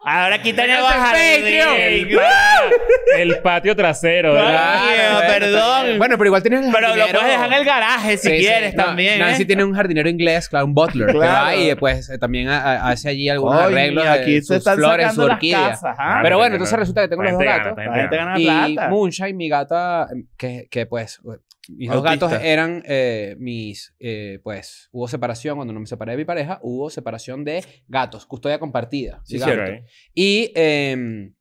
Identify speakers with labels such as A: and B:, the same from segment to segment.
A: Ahora aquí tenemos
B: El,
A: jardín.
B: pa- el patio trasero. ¿verdad?
A: Ay, Dios,
C: bueno,
A: perdón.
C: está bien. Bueno, pero igual tienes el
A: Pero lo
C: jardinero-
A: puedes dejar en el garaje si
C: Sí, sí.
A: quieres
C: No,
A: también.
C: Nancy
A: ¿eh?
C: tiene un jardinero inglés, claro, un butler. que
A: Claro.
C: va y eh, pues eh, también a- a- hace allí algunos
A: Coño,
C: arreglos
A: aquí
C: de
A: se
C: sus
A: están
C: flores, su
A: sacando las
C: orquídea.
B: Ah,
A: casas. ¿ah?
C: Pero bueno,
B: porque
C: entonces
B: no-
C: resulta que tengo
B: la
C: los
B: gente
C: dos
B: gana,
C: gatos.
A: La gente gana
C: Y
A: plata.
C: Moonshine, mi gata, eh, que, que pues, eh, mis dos
A: Autista.
C: gatos eran eh, mis, eh, pues, hubo separación, cuando no me separé de mi pareja, hubo separación de gatos, custodia compartida.
A: Sí,
C: digamos.
A: cierto.
B: Ok.
C: Y em,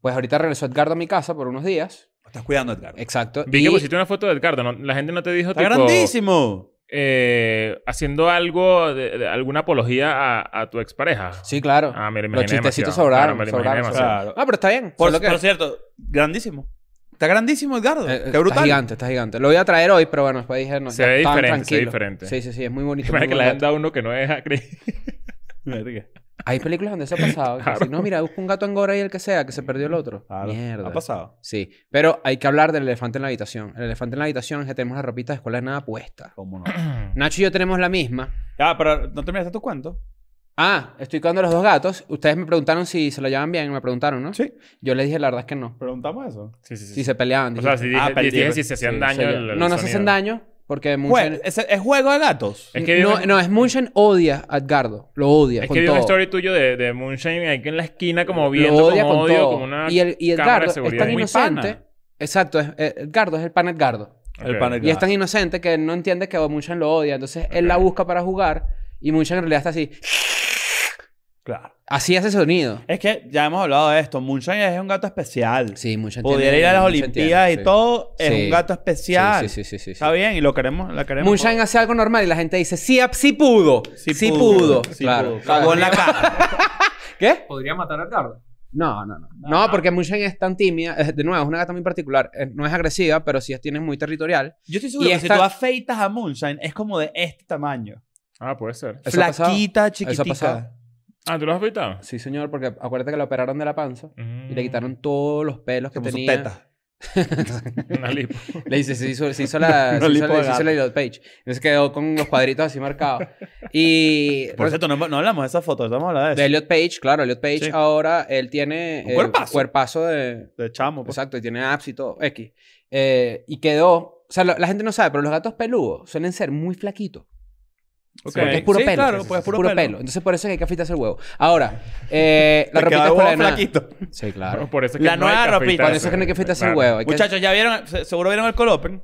C: pues ahorita regresó Edgardo a mi casa por unos días.
A: Estás cuidando, Edgar.
C: Exacto.
B: Vi
C: y-
B: que pusiste una foto de Edgardo. ¿no? la gente no te dijo
A: Está
B: tipo,
A: grandísimo.
B: eh, haciendo algo, de, de- alguna apología a, a tu expareja.
C: Sí, claro.
B: Ah, me lo
C: Los
B: imaginé
C: chistecitos
B: demasiado.
C: sobraron.
B: Claro, me lo
C: sobraron,
B: imaginé
C: sobraron.
A: demasiado.
C: Ah, pero está bien.
A: Por,
C: Solo que-
A: por cierto, grandísimo. Está grandísimo, Edgardo.
C: eh,
A: Qué
C: Está
A: brutal.
C: gigante, está gigante. Lo voy a traer hoy, pero bueno, después dije no.
B: Se ve diferente,
C: tan
B: se ve
C: tranquilo.
B: diferente.
C: Sí, sí, sí, es muy bonito.
B: Imagina
C: muy
B: que le han
C: bonito.
B: dado uno que no es a Chris.
A: Verga.
C: Hay películas donde eso ha pasado. que
B: Claro.
C: dicen, no, mira, busca un gato angora y el que sea, que se perdió el otro.
A: Claro.
C: Mierda.
A: Ha pasado.
C: Sí, pero hay que hablar del elefante en la habitación. El elefante en la habitación es que tenemos la ropita de escuela de nada puesta.
A: ¿Cómo no?
C: Nacho y yo tenemos la misma.
A: Ah, pero ¿no terminaste tu cuento?
C: Ah, estoy cuidando a los dos gatos. Ustedes me preguntaron si se lo llevan bien, me preguntaron, ¿no?
A: Sí.
C: Yo les dije la verdad es que no.
A: Preguntamos eso.
B: Sí, sí, sí.
C: Si se peleaban.
B: o
C: dije.
B: sea, si dije,
A: Ah, perdí,
B: dije
A: pues.
B: si se hacían
C: Sí,
B: daño.
C: se
B: el-
C: llevan.
B: el
C: no, no se hacen
B: sonido.
C: daño porque Moonshine...
A: Jue- ¿Es, es juego de gatos?
B: Es que vi
C: no,
B: una-
C: no, es Moonshine odia a Edgardo. Lo odia.
B: Es
C: con
B: que vi
C: todo.
B: un story tuyo de, de Moonshine ahí en la esquina como
C: Lo
B: viendo
C: odia
B: como
C: con
B: odio,
C: todo.
B: como una
C: y, el,
B: cámara
C: y
B: de
C: Edgardo es
B: seguridad.
C: tan
B: ahí.
A: Muy pana.
C: inocente. Exacto, es, eh, Edgardo es el pan Edgardo.
A: El
B: Ok.
A: pan
C: Y es tan inocente que no entiende que Munchan lo odia. Entonces él la
B: Ok.
C: busca para jugar y Munchan en realidad está así.
A: Claro.
C: Así hace sonido.
A: Es que ya hemos hablado de esto. Moonshine es un gato especial.
C: Sí, Munchan
A: Pudiera
C: tiene-
A: ir a las
C: Moonshine
A: Olimpiadas
C: tiene,
A: y
C: sí.
A: todo. Es
C: Sí.
A: un gato especial.
C: Sí, sí, sí, sí, sí, sí.
A: Está bien y lo queremos. La queremos.
C: Moonshine hace algo normal y la gente dice, sí, ah, sí pudo. Sí, pudo.
A: Sí
C: claro.
A: pudo. Cagó en la cara.
C: ¿Qué?
D: Podría matar a Edgardo.
C: No, no, no. No, porque Moonshine es tan tímida. Es- De nuevo, es una gata muy particular. Eh, No es agresiva, pero sí es, tiene muy territorial.
A: Yo estoy seguro
C: Y
A: que
C: esta-
A: si tú afeitas a Moonshine, es como de este tamaño.
B: Ah, puede ser.
C: Eso ha pasado.
A: Flaquita,
C: Eso ha pasado.
A: chiquitica.
B: Ah, ¿tú lo has visto?
C: Sí, señor, porque acuérdate que la operaron de la panza y le quitaron
A: Mm.
C: todos los pelos que
A: Como sus
C: tenía.
A: tetas.
B: Mm, Una lipo.
C: Le dice, se hizo, se hizo
A: Una
C: la, se hizo,
A: lipo de
C: la, se hizo la Elliot Page. Entonces quedó con los cuadritos así marcados. Y pues,
A: Por cierto, no, no hablamos de esas fotos, estamos hablando
C: de
A: de eso.
C: Elliot Page, claro, Elliot Page
A: Sí.
C: ahora él tiene
A: Un
C: eh,
A: cuerpazo.
C: cuerpazo de,
A: De chamo. pues.
C: Exacto, y tiene apps y todo, X. Eh, y quedó, o sea, lo- la gente no sabe, pero los gatos peludos suelen ser muy flaquitos.
A: Ok.
C: Porque es puro
A: Sí,
C: pelo.
A: claro, pues es puro, pelo.
C: Entonces por eso es que hay que afeitarse el huevo. Ahora, eh, la
A: Te queda
C: ropita
A: el
C: es
A: huevo
C: para nada.
A: flaquito.
C: Sí, claro.
B: Por eso es
A: La
B: que no hay
A: nueva
B: que
A: ropita.
B: afeitarse.
C: Por eso es que no hay que afeitarse el
B: Claro.
C: huevo. hay que-
A: Muchachos, ya vieron, se- seguro vieron el Call Open.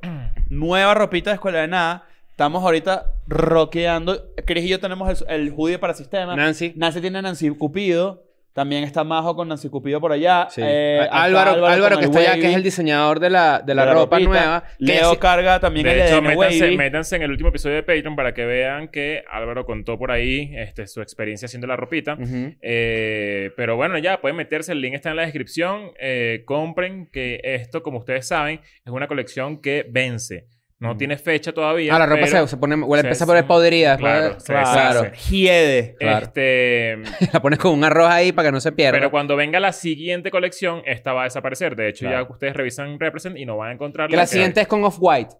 A: Nueva ropita de escuela de nada. Estamos ahorita rockeando. Chris y yo tenemos el, el hoodie para sistema.
C: Nancy.
A: Nancy tiene a Nancy Cupido. También está Majo con Nancy Cupido por allá.
C: Sí.
A: Eh,
C: Á-
A: acá
C: Álvaro, Álvaro,
A: con
C: que
A: el
C: está allá,
A: wavy,
C: que es el diseñador de la, de la,
A: de
C: ropa
A: ropita.
C: nueva. que
A: Leo
C: si-
A: carga también el
B: De hecho,
A: EDN
B: métanse,
A: Wavy.
B: métanse en el último episodio de Patreon para que vean que Álvaro contó por ahí este, su experiencia haciendo la ropita.
C: Ujú.
B: Eh, pero bueno, ya pueden meterse, el link está en la descripción. Eh, compren, que esto, como ustedes saben, es una colección que vence. No tiene fecha todavía.
C: Ah, la ropa
B: pero-
C: se, se pone, huele,
B: se
C: empieza a poner
B: des-
C: podrida. después-
B: Claro, se
C: claro.
B: deshace.
A: Hiede.
C: Claro.
B: Este,
C: La pones con un arroz ahí para que no se pierda.
B: pero cuando venga la siguiente colección, esta va a desaparecer. De hecho,
C: Claro.
B: ya ustedes revisan Represent y no van a encontrar
C: que la siguiente es con Off-White.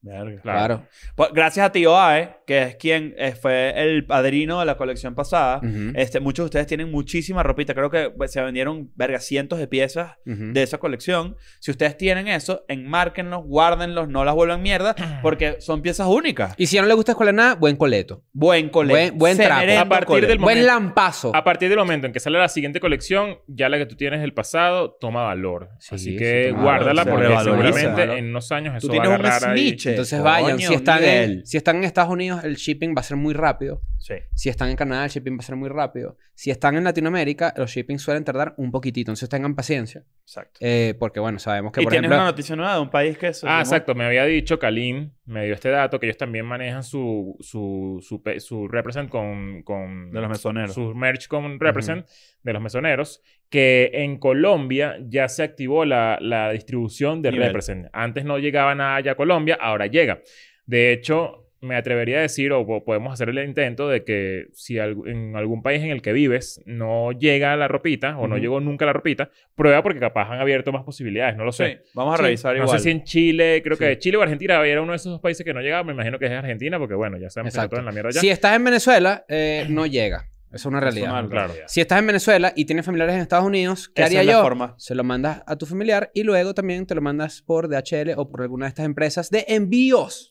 A: Verga.
B: Claro.
C: Claro.
A: Pues, Gracias a Tío Ae, que es quien eh, fue el padrino de la colección pasada.
C: Ujú.
A: este, muchos de ustedes tienen muchísima ropita. Creo que pues, se vendieron, verga, cientos de piezas
C: Ujú.
A: de esa colección. Si ustedes tienen eso, enmárquenlos, guárdenlos, no las vuelvan mierda, porque son piezas únicas.
C: Y si no le gusta escuela nada, buen coleto.
A: Buen colección.
C: Buen- buen trapo.
B: A partir del momento- Ah,
C: Buen lampazo.
B: A partir del momento en que sale la siguiente colección, ya la que tú tienes del pasado toma valor.
C: Sí,
B: Así
C: sí,
B: que
C: toma
A: valor,
B: guárdala
A: se
B: porque
A: revaloriza.
B: seguramente en unos años eso
A: Tú
B: va a
A: tienes un
B: agarrar ahí.
A: snitch.
C: Entonces vayan. Si están, en,
A: él.
C: si están en Estados Unidos, el shipping va a ser muy rápido.
A: Sí.
C: Si están en Canadá, el shipping va a ser muy rápido. Si están en Latinoamérica, los shippings suelen tardar un poquitito. Entonces tengan paciencia.
A: Exacto.
C: Eh, porque, bueno, sabemos que,
A: y
C: por
A: tienes
C: ejemplo...
A: una noticia nueva de un país que es.
B: Ah, exacto. Me había dicho Kalim, me dio este dato, que ellos también manejan su, su, su, pe- su represent con, con
A: De los mesoneros.
B: su merch con represent de los mesoneros, que en Colombia ya se activó la, la distribución de
A: Nivel.
B: represent. Antes no llegaba nada ya a Colombia, ahora llega. De hecho, me atrevería a decir, o po- podemos hacer el intento de que si alg- en algún país en el que vives no llega la ropita, o no
A: Ujú.
B: llegó nunca la ropita, prueba porque capaz han abierto más posibilidades, no lo sé.
A: Sí. Vamos a
B: Sí.
A: revisar
B: No
A: igual.
B: sé si en Chile, creo que Chile o Argentina era uno de esos dos países que no llegaba. Me imagino que es Argentina, porque bueno, ya sabemos
C: Exacto.
B: que está todo en la mierda ya.
C: Si estás en Venezuela, eh, no llega. Eso es una realidad.
A: una-
B: claro.
C: Si estás en Venezuela y tienes familiares en Estados Unidos, ¿qué
A: Esa
C: haría
A: es la
C: yo?
A: forma.
C: Se lo mandas a tu familiar y luego también te lo mandas por DHL o por alguna de estas empresas de envíos.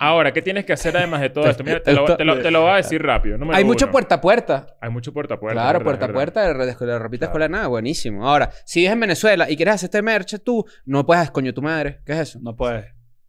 B: Ahora, ¿qué tienes que hacer además de todo esto? Mira, te lo, te lo- te lo voy a decir rápido. Número
C: Hay
B: uno.
C: mucho puerta a puerta.
B: Hay mucho puerta a puerta.
C: Claro,
B: es verdad, es
C: puerta a
B: verdad.
C: puerta, de la escuela, de ropita escuela, nada, buenísimo. Ahora, si vives en Venezuela y quieres hacer este merch, tú no puedes, coño, tu madre. ¿Qué es eso?
A: No puedes.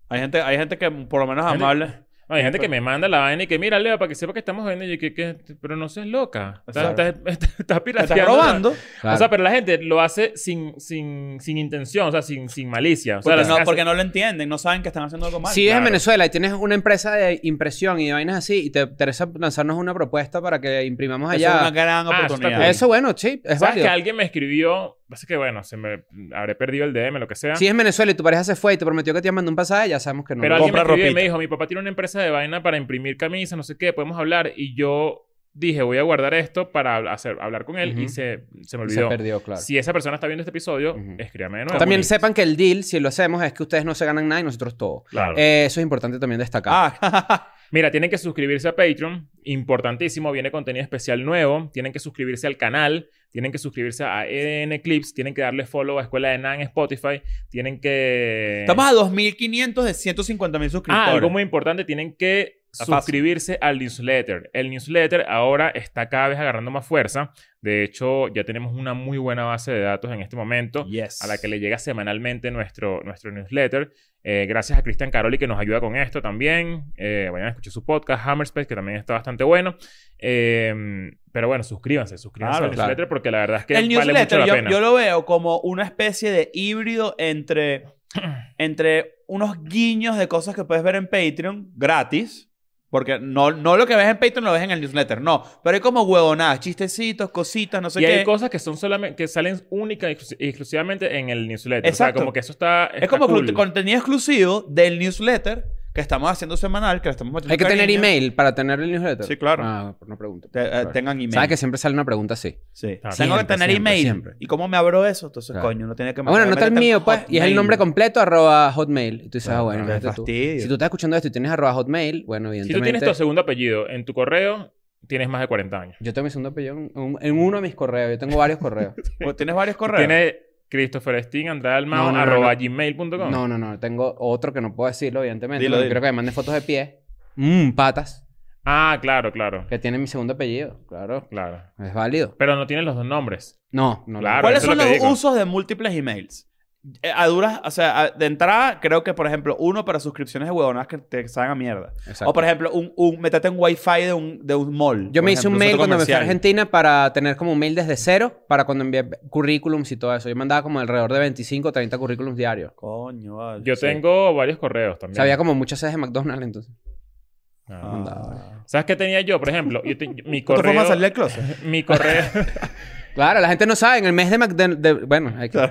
A: Hay gente, hay gente que, por lo menos
B: Gente-
A: amable.
B: No, hay gente que me manda la vaina y que, mira, Leo, para que sepa que estamos vendiendo. Y yo, que, que- pero no seas loca. Estás,
A: Exacto.
B: estás- estás- estás
A: Te
B: pirateando.
A: estás robando.
B: O sea, pero la gente lo hace sin, sin, sin intención, o sea, sin, sin malicia. O sea,
A: Porque,
B: las
A: no,
B: hace-
A: porque no lo entienden, no saben que están haciendo algo mal.
C: si vives en
B: claro.
C: Venezuela y tienes una empresa de impresión y de vainas así y te interesa lanzarnos una propuesta para que imprimamos
A: Eso es una
C: allá,
A: gran
B: Ah, eso está
A: oportunidad.
B: cool.
C: eso bueno, sí, es
B: ¿Sabes que
C: válido.
B: alguien me escribió? Pasa que, bueno, se me, habré perdido el DM, lo que sea.
C: Si vives en Venezuela y tu pareja se fue y te prometió que te iba a mandar un pasaje, ya sabemos que no.
B: Pero
A: Compra
B: alguien me escribió y
A: ropita.
B: me dijo, mi papá tiene una empresa de vaina para imprimir camisas, no sé qué, podemos hablar. Y yo dije, voy a guardar esto para hab- hacer, hablar con él
C: Ujú.
B: y se, se me
C: se
B: olvidó.
C: perdió, claro.
B: Si esa persona está viendo este episodio,
C: Ujú.
B: escríbame de nuevo.
C: También
B: se...
C: sepan que el deal, si lo hacemos, es que ustedes no se ganan nada y nosotros todo.
B: Claro.
C: Eh, eso es importante también destacar.
A: Ah,
B: Mira, tienen que suscribirse a Patreon. Importantísimo, viene contenido especial nuevo. Tienen que suscribirse al canal. Tienen que suscribirse a EDN Clips. Tienen que darle follow a Escuela de Nan en Spotify. Tienen que...
A: estamos a 2.500 de 150.000 suscriptores.
B: Ah, algo muy importante, tienen que
C: Está fácil.
B: suscribirse al newsletter. El newsletter ahora está cada vez agarrando más fuerza. De hecho, ya tenemos una muy buena base de datos en este momento
A: Yes.
B: a la que le llega semanalmente nuestro, nuestro newsletter. Eh, gracias a Cristian Caroli que nos ayuda con esto también. Eh, vayan a escuchar su podcast, Hammerspace, que también está bastante bueno. Eh, pero bueno, suscríbanse, suscríbanse
A: Claro,
B: al
C: claro.
B: newsletter porque la verdad es que
A: el
B: vale mucho
A: newsletter
B: la
A: yo,
B: pena.
A: yo lo veo como una especie de híbrido entre, entre unos guiños de cosas que puedes ver en Patreon gratis. Porque no, no lo que ves en Patreon lo ves en el newsletter, no. Pero hay como huevonadas, chistecitos, cositas, no sé
B: y
A: qué.
B: hay cosas que son solamente que salen única y exclus- y exclusivamente en el newsletter. O sea,
A: Exacto.
B: como que eso está.
A: es como clu- contenido exclusivo del newsletter que estamos haciendo semanal, que le estamos metiendo
C: Hay que tener
A: cariño.
C: email para tener el newsletter.
A: Sí, claro.
C: Ah, no pregunto.
A: Te- eh,
C: Claro.
A: Tengan email.
C: ¿Sabes que siempre sale una pregunta así?
A: Sí.
B: Claro.
A: Tengo que
C: Siempre,
A: tener
C: siempre,
A: email.
C: siempre.
A: ¿Y cómo me abro eso? Entonces,
C: Claro.
A: coño, no tiene que
C: Ah, bueno, no está el
A: meterme
C: mío,
A: en
C: pues. Y es el
A: Hotmail.
C: nombre completo, arroba hotmail. Y tú dices,
A: Bueno,
C: ah, bueno,
A: qué
C: métete tú.
A: fastidio.
C: Si tú estás escuchando esto y tienes arroba hotmail, bueno,
B: Si tú tienes
C: evidentemente...
B: tu segundo apellido en tu correo, tienes más de 40 años.
C: Yo tengo mi segundo apellido en, un- en uno de mis correos. Yo tengo varios correos.
A: Pues, ¿Tienes varios correos?
B: Tienes Christopher Steen, Andrade Almao,
C: No, no, no,
B: arroba
C: no.
B: gmail.com.
C: No, no, no. Tengo otro que no puedo decirlo, evidentemente.
A: Dilo,
C: porque
A: dilo.
C: Creo que me manden fotos de pie. Mmm, patas.
B: Ah, claro, claro.
C: Que tiene mi segundo apellido. Claro.
B: Claro.
C: Es válido.
B: Pero no tienes los dos nombres.
C: No, no.
B: Claro,
A: ¿Cuáles
B: eso es
A: son
B: lo
A: los
B: que digo.
A: usos de múltiples emails? Eh, a duras, o sea, a- de entrada, creo que, por ejemplo, uno para suscripciones de huevonadas que te saben a mierda.
C: Exacto.
A: O, por ejemplo, un, un, metete en wifi de un, de un mall.
C: Yo
A: por
C: me hice un
A: ejemplo,
C: mail
A: centro
C: cuando me fui a
A: comercial.
C: Argentina para tener como un mail desde cero para cuando envié currículums y todo eso. Yo mandaba como alrededor de 25 o 30 currículums diarios.
A: Coño, vale.
B: Yo
A: Sí.
B: tengo varios correos también.
C: Sabía como muchas sedes de McDonald's entonces.
B: Ah.
A: Ah.
B: ¿Sabes qué tenía yo, por ejemplo? Yo te- mi
A: Otra forma
B: correo.
A: de salir del closet.
B: Mi correo.
C: Claro, la gente no sabe. En el mes de McDonald's... de- bueno, hay que-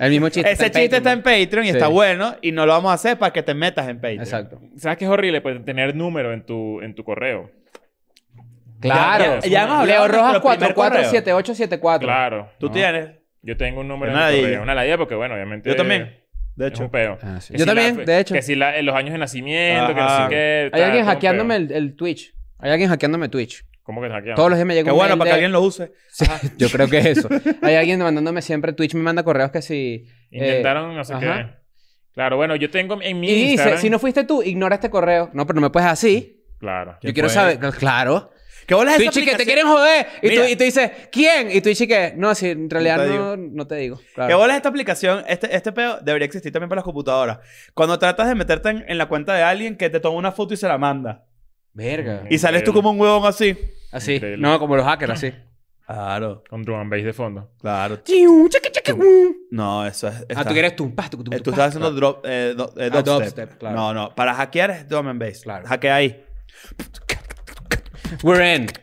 C: el mismo chiste.
A: Ese chiste está en Patreon y
C: Sí.
A: está bueno y no lo vamos a hacer para que te metas en Patreon.
C: Exacto.
B: ¿Sabes qué es horrible? Pues, tener número en tu, en tu correo.
C: Claro.
A: Ya- ya hemos hablado
C: Leo
A: de nuestro
C: Rojas
A: primer correo.
C: 447874.
B: Claro.
A: ¿Tú
B: No.
A: tienes?
B: Yo tengo un número
A: Es una
B: en mi
A: ladilla.
B: correo. Una ladilla porque, bueno, obviamente.
A: Yo también. De
B: Es
A: hecho.
B: un peo.
C: Ah, sí.
B: Que
C: Yo
B: si la
C: también,
B: fe-
C: de hecho.
B: Que si la- eh, los años de nacimiento, que
A: Ajá.
B: no sé qué.
C: Hay
B: tal,
C: alguien
B: todo un
C: hackeándome
B: peo.
C: el, el Twitch. Hay alguien hackeándome Twitch.
B: ¿Cómo que hackeando?
C: Todos los días me llega
A: Qué
C: un
A: bueno,
C: mail
A: para que
C: de-
A: alguien lo use.
C: Sí, yo creo que es eso. Hay alguien mandándome siempre... Twitch me manda correos que si... eh,
B: Intentaron no sé
C: ajá.
B: qué. Claro, bueno, yo tengo en mi
C: Y dice,
B: Instagram-
C: si no fuiste tú, ignora este correo. No, pero no me puedes así.
B: Claro.
C: Yo quiero saber. Claro.
A: ¿Qué bolas esa
C: Twitch y que te
A: aplicación?
C: quieren joder. Y tú,
A: Mira.
C: y tú dices, ¿quién? Y Twitch y que, no, si en realidad
A: te
C: no, no te digo. Claro.
A: ¿Qué bolas esta aplicación? Este, este pedo debería existir también para las computadoras. Cuando tratas de meterte en, en la cuenta de alguien que te toma una foto y se la manda.
C: Verga.
A: Y sales tú como un huevón así.
C: Así.
B: Increíble.
C: No, como los hackers, así.
A: Claro,
B: Con drum and bass de fondo.
A: claro.
C: Chiu, chaca, chaca, uh.
A: No, eso es.
C: Ah,
A: está-
C: tú quieres tumpas. Tú, tú,
A: eh, tú
C: tú, pas,
A: estás haciendo
C: claro.
A: drop, eh, do- eh,
C: Ah,
A: dubstep.
C: dubstep, claro.
A: No, no. Para hackear es drum and bass.
C: Claro.
A: Hackea ahí.
C: We're in.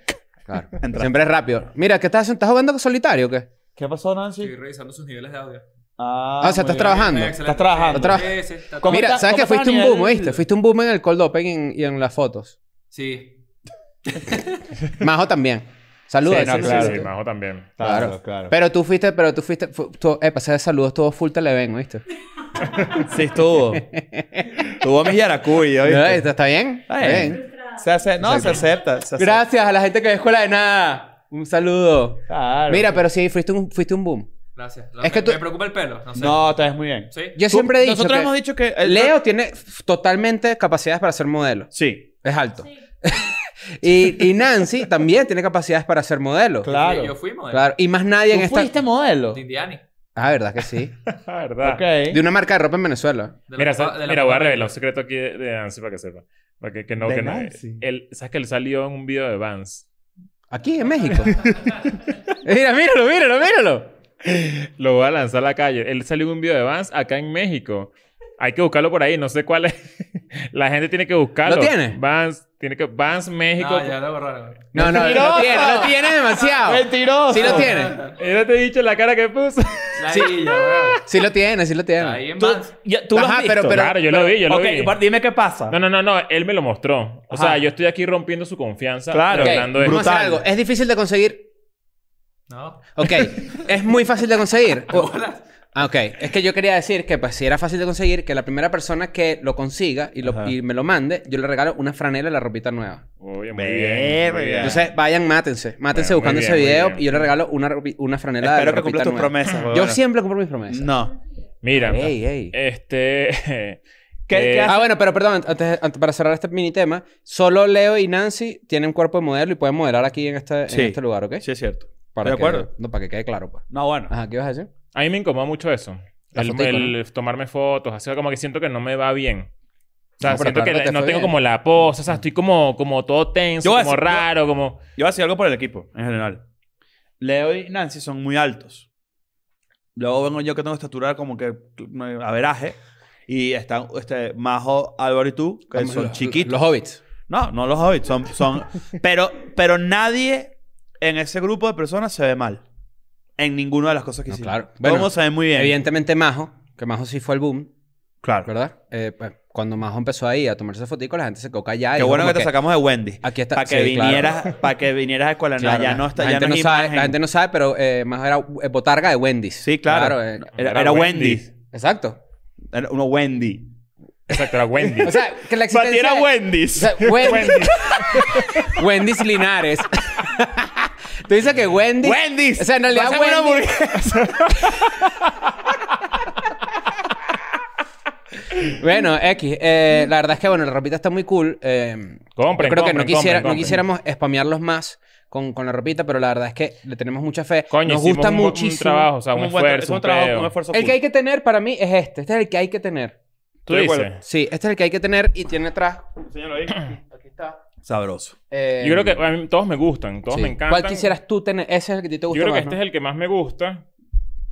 C: Claro.
A: Entra.
C: Siempre es rápido. Mira, ¿qué estás haciendo? ¿Estás jugando solitario o qué?
A: ¿Qué pasó,
D: Estoy
A: Nancy?
D: revisando sus niveles de audio.
A: Ah,
C: Ah, o sea,
A: muy
C: estás
A: bien.
C: trabajando.
D: Excelente.
A: Estás trabajando.
D: Eh,
C: Traba-
D: eh, sí, está-
A: ¿Cómo
C: Mira,
A: está-
C: ¿sabes
A: cómo
C: que
A: está
C: fuiste un
A: Daniel?
C: boom, oíste? Fuiste un boom en el cold open y en, y en las fotos.
D: Sí.
C: Majo también.
A: Sí,
C: Saludos.
A: no,
C: sí,
A: claro.
C: sí, sí.
B: Sí, Majo también.
A: Claro, claro.
C: Pero tú fuiste, pero tú fuiste. Fu, tú, eh, pasé de saludos, todo full Televen, ¿viste?
A: Sí, estuvo. Estuvo mis yaracuy, ¿oíste?
C: ¿Está bien?
A: Está bien. Se hace, no, se acepta. se acepta.
C: Gracias a la gente que de escuela de nada. Un saludo.
A: Claro.
C: Mira, pero sí, fuiste un, fuiste un boom.
D: Gracias.
C: Es que tú-
D: Me preocupa el pelo. No sé.
A: No, te ves muy bien.
D: ¿Sí?
C: Yo
A: Tú-
C: siempre he dicho.
A: Nosotros
C: que
A: hemos dicho que. el-
C: Leo tiene f- totalmente capacidades para ser modelo.
A: Sí.
C: Es alto. y, y Nancy también tiene capacidades para ser modelo.
A: Claro.
D: Yo, yo fui modelo.
C: Claro. Y más nadie en
A: ¿Tú
C: esta.
A: fuiste modelo?
D: De Indiani.
C: Ah, verdad que sí.
B: La verdad.
A: Ok.
C: De una marca de ropa en Venezuela.
D: De la
B: Mira,
D: Copa-
B: sa-
D: de la
B: mira,
D: Copa
B: voy a
D: América.
B: revelar un secreto aquí de, de Nancy para que sepa. Para que, que no,
A: ¿De
B: que no.
A: Nancy?
B: Él, ¿Sabes que él salió en un video de Vans?
C: Aquí en México. Mira, míralo, míralo, míralo.
B: Lo voy a lanzar a la calle. Él salió en un video de Vans acá en México. Hay que buscarlo por ahí. No sé cuál es. La gente tiene que buscarlo.
C: ¿Lo tiene?
B: Vans. Tiene que... Vans México.
D: No, Ah, ya lo borraron.
C: No, no,
A: Mentiroso.
C: lo tiene, lo tiene demasiado.
A: ¡Mentiroso!
C: Sí lo tiene.
B: Mira, te he dicho la cara que puso.
D: La villa, weón.
C: Sí lo tiene, sí lo tiene.
D: Ahí en
A: Tú,
D: Vans.
A: ya- tú lo has
C: Ajá,
A: visto.
C: pero- pero-
B: claro, yo lo vi, yo lo
A: Ok,
B: vi.
A: pa- dime qué pasa.
B: No, no, no, no. Él me lo mostró. O sea,
A: Ajá.
B: yo estoy aquí rompiendo su confianza.
A: Claro.
C: Ok,
B: hablando de...
C: vamos a hacer
A: Brutal.
C: algo. Es difícil de conseguir.
D: No.
C: Ok, es muy fácil de conseguir. O- Ah, ok, es que yo quería decir que pues, si era fácil de conseguir, que la primera persona que lo consiga y, lo,
A: Ajá.
C: y me lo mande, yo le regalo una franela y la ropita nueva.
B: Oye, muy bien. muy bien.
A: Verga.
C: Entonces, vayan, mátense. Mátense
B: Bueno, muy
C: buscando
B: bien,
C: ese
B: muy
C: video
B: bien.
C: y yo le regalo una, ropi- una franela de
A: Espero
C: la
A: que cumplas
C: ropita
A: tus
C: nueva.
A: promesas.
C: Yo
A: huevona. Eh,
C: siempre cumplo mis promesas.
A: No.
B: Mira.
C: Ey, ey.
B: Este.
A: ¿Qué,
B: Eh,
A: qué hace-
C: Ah, bueno, pero perdón, antes, antes- para cerrar este mini tema, solo Leo y Nancy tienen cuerpo de modelo y pueden modelar aquí en este, en
A: Sí.
C: este lugar, ¿ok?
A: Sí, es cierto.
C: para
A: de
C: que,
A: acuerdo. Eh,
C: No, para que quede claro, pues.
A: No, bueno.
C: Ajá, ¿qué ibas a decir?
B: A mí me incomoda mucho eso.
C: La
B: El,
C: fotico,
B: el tomarme fotos, así como que siento que no me va bien. O sea,
C: No, pero
B: siento
C: claro
B: que
C: que
B: la-
C: te
B: no
C: fue
B: tengo
C: bien.
B: como la pose, o sea, estoy como, como todo tenso,
A: Yo voy a
B: como
A: decir- yo-
B: raro, como...
A: Yo voy a decir algo por el equipo, en general. Leo y Nancy son muy altos. Luego vengo yo que tengo estatura como que eh, averaje. Y están este, Majo, Álvaro y tú, que
C: Vamos,
A: son
C: los-
A: chiquitos.
C: Los hobbits.
A: No, no los hobbits. Son, son, pero, pero nadie en ese grupo de personas se ve mal. En ninguna de las cosas que
C: No,
A: hicimos.
C: claro.
A: Todo
C: Bueno,
A: el mundo se ve muy bien.
C: Evidentemente Majo, que Majo sí fue el boom,
A: Claro.
C: ¿verdad? Eh, pues, cuando Majo empezó ahí a tomarse fotico, la gente se coca ya.
A: Qué bueno que te sacamos de Wendy.
C: Aquí está-
A: Para que,
C: sí, claro.
A: vinieras, para que vinieras a Escuela. Nada, ya no está.
C: la
A: ya
C: gente
A: no
C: no,
A: es
C: sabe,
A: imagen.
C: la gente no sabe, pero eh, Majo era eh, botarga de Wendy's.
A: Sí, claro.
C: eh,
A: era, era Wendy.
C: exacto.
A: Era uno Wendy.
B: Exacto, era Wendy.
C: O sea, que la
A: Para ti
C: existencia...
A: era
C: de- O
A: Wendy's.
C: sea, Wendy. Wendy's Linares. Tú dices que Wendy.
A: Wendy's.
C: O sea, en realidad
A: Pásame una
C: Wendy. bueno, X. eh, la verdad es que, bueno, la ropita está muy cool. eh,
B: Compren,
C: yo creo que no,
B: compren,
C: quisiera,
B: compren, compren.
C: no quisiéramos spamearlos más con, con la ropita, pero la verdad es que le tenemos mucha fe.
B: Coño,
C: Nos
B: hicimos
C: gusta
B: un, bu-
C: muchísimo.
B: un trabajo, o sea, un,
A: Un buen tra-
B: esfuerzo,
A: es
B: un
A: un trabajo,
B: pedo.
A: un esfuerzo.
C: El que
A: full.
C: hay que tener para mí es este. Este es el que hay que tener.
B: Tú
A: Estoy de
B: dices.
A: acuerdo.
C: Sí, este es el que hay que tener y tiene atrás.
A: Señor, ahí.
C: Aquí está.
A: Sabroso.
C: eh,
B: Yo creo que a mí todos me gustan, todos
C: sí.
B: me encantan.
C: ¿Cuál quisieras tú tener? Ese es el que a ti te
B: Yo
C: gusta
B: creo que
C: más,
B: este
C: ¿no?
B: es el que más me gusta.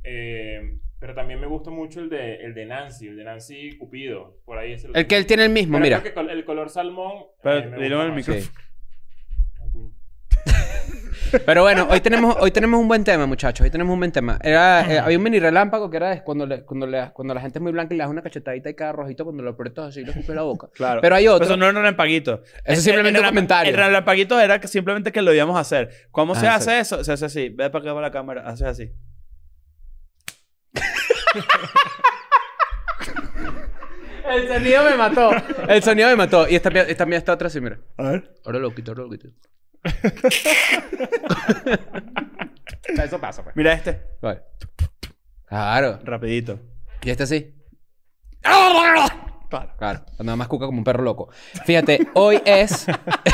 B: eh, pero también me gusta mucho el de, el de Nancy, el de Nancy Cupido. Por ahí es
C: El que él tiene el mismo,
B: Pero
C: mira.
B: creo que col- el color salmón.
A: Pero,
B: eh, me
A: dilo
B: gusta
A: en el
B: más.
A: micrófono.
C: Pero bueno, hoy tenemos, hoy tenemos un buen tema, muchachos. Hoy tenemos un buen tema. Era, eh, había un mini relámpago que era de cuando, le- cuando, le- cuando la gente es muy blanca y le das una cachetadita y cada rojito cuando lo aprietas así y le escupes la boca.
A: Claro.
C: Pero hay otro.
A: Eso no era un relampaguito. Eh,
C: Eso es simplemente
A: El- el
C: un
A: relamp-
C: comentario.
A: El relampaguito era que simplemente que lo íbamos a hacer. ¿Cómo se
C: Ah,
A: hace eso? Se hace así. Ve para acá va la cámara. Haces así.
C: El sonido me mató. El sonido me mató. Y esta, pi- esta mía está atrás y mira.
A: A ver.
C: Ahora lo quito, ahora lo quito. Eso pasa, pues.
A: Mira este.
C: Vale. Claro.
A: Rapidito.
C: Y este sí.
A: Claro.
C: Claro. Nada más cuca como un perro loco. Fíjate, hoy es...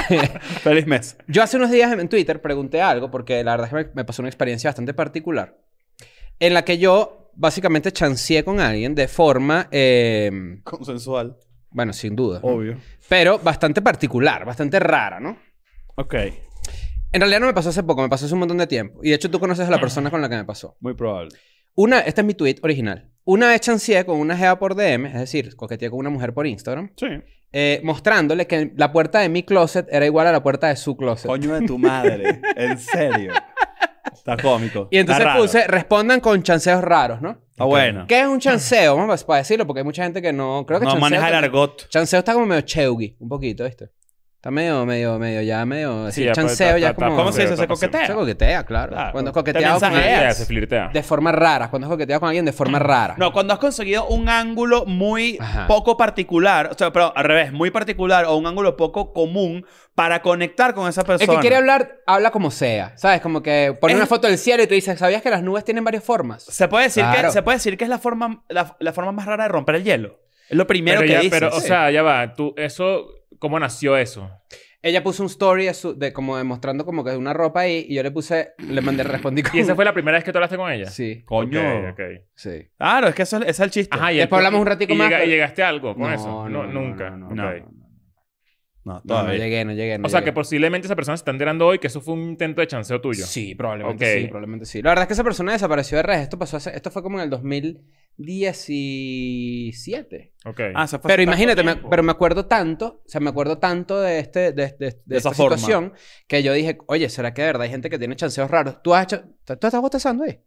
A: Feliz mes.
C: Yo hace unos días en Twitter pregunté algo porque la verdad es que me, me pasó una experiencia bastante particular en la que yo básicamente chanceé con alguien de forma, eh,
A: Consensual.
C: bueno, sin duda, ¿no?
A: Obvio.
C: pero bastante particular, bastante rara, ¿no?
A: Ok.
C: En realidad no me pasó hace poco, me pasó hace un montón de tiempo. Y de hecho tú conoces a la persona con la que me pasó.
A: Muy probable.
C: Una, este es mi tweet original. Una vez chanceé con una gea por DM, es decir, coqueteé con una mujer por Instagram,
A: Sí.
C: eh, mostrándole que la puerta de mi closet era igual a la puerta de su closet.
A: Coño de tu madre. en serio. Está cómico.
C: Y entonces
A: Está raro.
C: puse, respondan con chanceos raros, ¿no?
A: Está Ah, bueno.
C: ¿Qué es un chanceo? Vamos a- para decirlo, porque hay mucha gente que no. Creo que
A: No
C: chanceo
A: maneja el
C: también-
A: argot.
C: Chanceo está como medio cheugi, un poquito, ¿viste? Está medio, medio, medio, ya medio.
B: Sí,
C: Sí,
B: ya,
C: chanceo
B: ta-
C: ya
B: ta-
C: es como.
B: ta-
A: ¿Cómo se dice?
B: ta-
A: ¿Se
B: ta-
A: coquetea?
C: Se coquetea, claro.
A: Claro.
C: Cuando
A: Te
C: coqueteado con
A: mensajeas.
C: alguien.
B: Ya, se flirtea.
C: De forma rara. Cuando has coqueteado con alguien de forma rara.
A: No, cuando has conseguido un ángulo muy
C: Ajá.
A: poco particular, o sea, pero al revés, muy particular o un ángulo poco común para conectar con esa
C: El
A: persona.
C: que quiere hablar, habla como sea. ¿Sabes? Como que pone
A: Es-
C: una foto del cielo y tú dices, ¿sabías que las nubes tienen varias formas?
A: Se puede decir,
C: Claro.
A: que, se puede decir que es la forma, la, la forma más rara de romper el hielo. Es lo primero
B: Pero,
A: que
B: ya,
A: dices.
B: pero, o sea, ya va. Tú, eso, ¿cómo nació eso?
C: Ella puso un story de, su- de como demostrando como que una ropa ahí y yo le puse, le mandé, respondí con.
B: ¿Y esa fue la primera vez que tú hablaste con ella?
C: Sí,
A: Coño.
B: Ok, ok.
C: sí.
A: Claro, es que eso es, ese es el chiste.
B: Ajá, y
C: Después
B: después
C: hablamos un ratico
B: y
C: más,
B: llega-
C: pero-
B: y llegaste a algo con
C: No,
B: eso. No,
C: no, no,
B: nunca.
C: no,
B: Ok.
C: no, no,
A: No,
C: No, no
A: todavía.
C: llegué, no llegué. no
B: O sea
C: llegué.
B: que posiblemente esa persona se está enterando hoy que eso fue un intento de chanceo tuyo.
C: Sí, probablemente
B: Ok.
C: sí, probablemente sí. La verdad es que esa persona desapareció de redes. Esto pasó hace, esto fue como en el 2017.
B: Ok.
A: Ah, se fue
C: Pero
A: hace
C: imagínate,
A: tanto
C: me-
A: tiempo.
C: pero me acuerdo tanto, o sea, me acuerdo tanto de este, de, de- de
A: De
C: esta
A: esa forma.
C: situación que yo dije, oye, ¿será que de verdad hay gente que tiene chanceos raros? Tú has hecho, tú tú estás bostezando ahí.